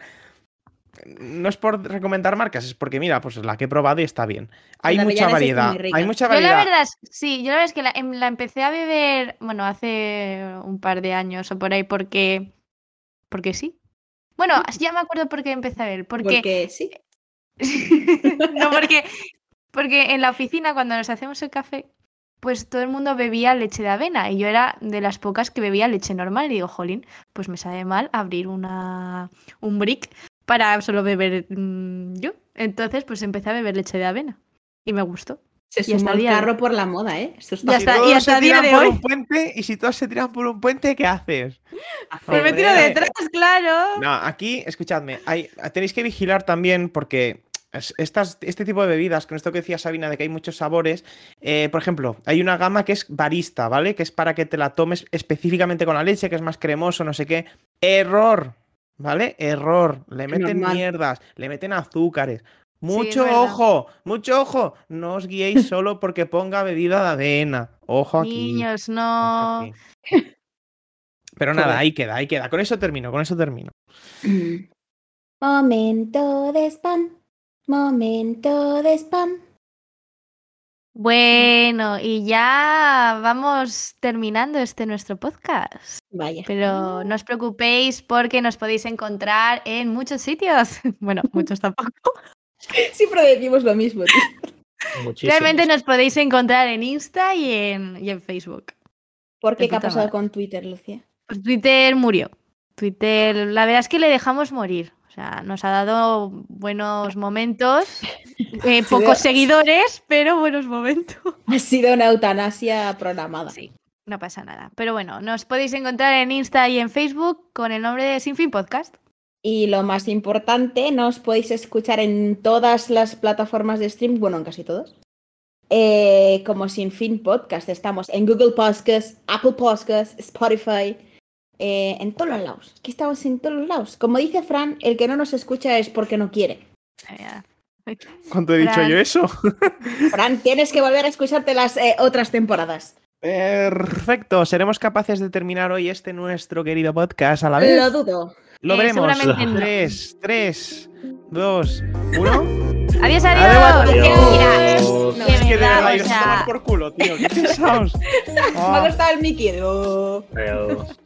Speaker 2: no es por recomendar marcas, es porque, mira, pues la que he probado y está bien. Hay
Speaker 1: Pues La
Speaker 2: mucha
Speaker 1: avellana sí es muy
Speaker 2: variedad.
Speaker 1: rica.
Speaker 2: Hay mucha
Speaker 3: Yo la
Speaker 2: variedad.
Speaker 3: verdad, es- sí, yo la verdad es que la, em- la empecé a beber, bueno, hace un par de años o por ahí, porque, porque sí. Bueno, ya me acuerdo por qué empecé a beber, porque,
Speaker 1: Porque sí.
Speaker 3: no porque, porque en la oficina cuando nos hacemos el café, pues todo el mundo bebía leche de avena y yo era de las pocas que bebía leche normal y digo, jolín, pues me sabe mal abrir una, un brick para solo beber mm, yo. Entonces, pues empecé a beber leche de avena y me gustó.
Speaker 1: Se
Speaker 3: Y hasta
Speaker 1: sumó el
Speaker 3: día de-
Speaker 1: carro por la moda, ¿eh? Esto está
Speaker 3: Ya
Speaker 2: Si
Speaker 3: está, y
Speaker 2: todos
Speaker 3: hasta
Speaker 2: se
Speaker 3: a día
Speaker 2: tiran
Speaker 3: de
Speaker 2: por
Speaker 3: hoy.
Speaker 2: un puente, y si todos se tiran por un puente, ¿qué haces?
Speaker 3: Pues me tiro
Speaker 2: Hombre.
Speaker 3: detrás, claro.
Speaker 2: No, aquí, escuchadme, hay, tenéis que vigilar también porque es- estas, este tipo de bebidas, con esto que decía Sabina, de que hay muchos sabores, eh, por ejemplo, hay una gama que es barista, ¿vale? Que es para que te la tomes específicamente con la leche, que es más cremoso, no sé qué. Error, ¿vale? Error. Le meten
Speaker 1: Normal.
Speaker 2: mierdas, le meten azúcares.
Speaker 3: es
Speaker 2: Mucho
Speaker 3: verdad.
Speaker 2: ojo, mucho ojo. No os guiéis solo porque ponga bebida de avena. Ojo aquí.
Speaker 3: Niños,
Speaker 2: ojo
Speaker 3: no.
Speaker 2: aquí. Pero nada,
Speaker 1: Joder.
Speaker 2: ahí queda, ahí queda. Con eso termino, con eso termino.
Speaker 1: Mm.
Speaker 6: Momento de spam. Momento de spam.
Speaker 3: Bueno, y ya vamos terminando este nuestro podcast.
Speaker 1: Vaya.
Speaker 3: Pero no os preocupéis porque nos podéis encontrar en muchos sitios. Bueno, muchos tampoco.
Speaker 1: Siempre decimos lo mismo, tío.
Speaker 3: Realmente nos podéis encontrar en Insta y en, y en Facebook.
Speaker 1: ¿Por
Speaker 3: De
Speaker 1: qué? ¿Qué ha
Speaker 3: puta
Speaker 1: pasado
Speaker 3: madre.
Speaker 1: con Twitter, Lucía?
Speaker 3: Pues Twitter murió. Twitter, la verdad es que le dejamos morir. O sea, nos ha dado buenos momentos, eh, pocos seguidores, pero buenos momentos.
Speaker 1: Ha sido una eutanasia programada.
Speaker 3: Pues Sí, no pasa nada. Pero bueno, nos podéis encontrar en Insta y en Facebook con el nombre de Sin Fin Podcast.
Speaker 1: Y lo más importante, nos podéis escuchar en todas las plataformas de stream, bueno, en casi todas. Eh, como Sin Fin Podcast, estamos en Google Podcasts, Apple Podcasts, Spotify, eh, en todos los lados. Aquí estamos en todos los lados. Como dice Fran, el que no nos escucha es porque no quiere.
Speaker 3: Ay, mira.
Speaker 2: ¿Cuánto he dicho
Speaker 3: Fran.
Speaker 2: yo eso?
Speaker 1: Fran, tienes que volver a escucharte las eh, otras temporadas.
Speaker 2: Perfecto, seremos capaces de terminar hoy este nuestro querido podcast a la vez.
Speaker 1: Lo dudo.
Speaker 2: Lo
Speaker 3: Eh,
Speaker 2: veremos.
Speaker 3: seguramente no.
Speaker 2: 3, 3, 2, 1.
Speaker 3: Adiós, adiós.
Speaker 2: Adiós.
Speaker 3: Mira,
Speaker 4: Adiós.
Speaker 3: de
Speaker 2: Es que de
Speaker 3: verdad,
Speaker 2: verdad,
Speaker 3: o
Speaker 2: iros a
Speaker 3: sea,
Speaker 2: tomar por culo, tío. ¿Qué pensaos?
Speaker 1: Me ha
Speaker 2: Ah.
Speaker 1: gustado el Mickey. oh.
Speaker 4: Adiós.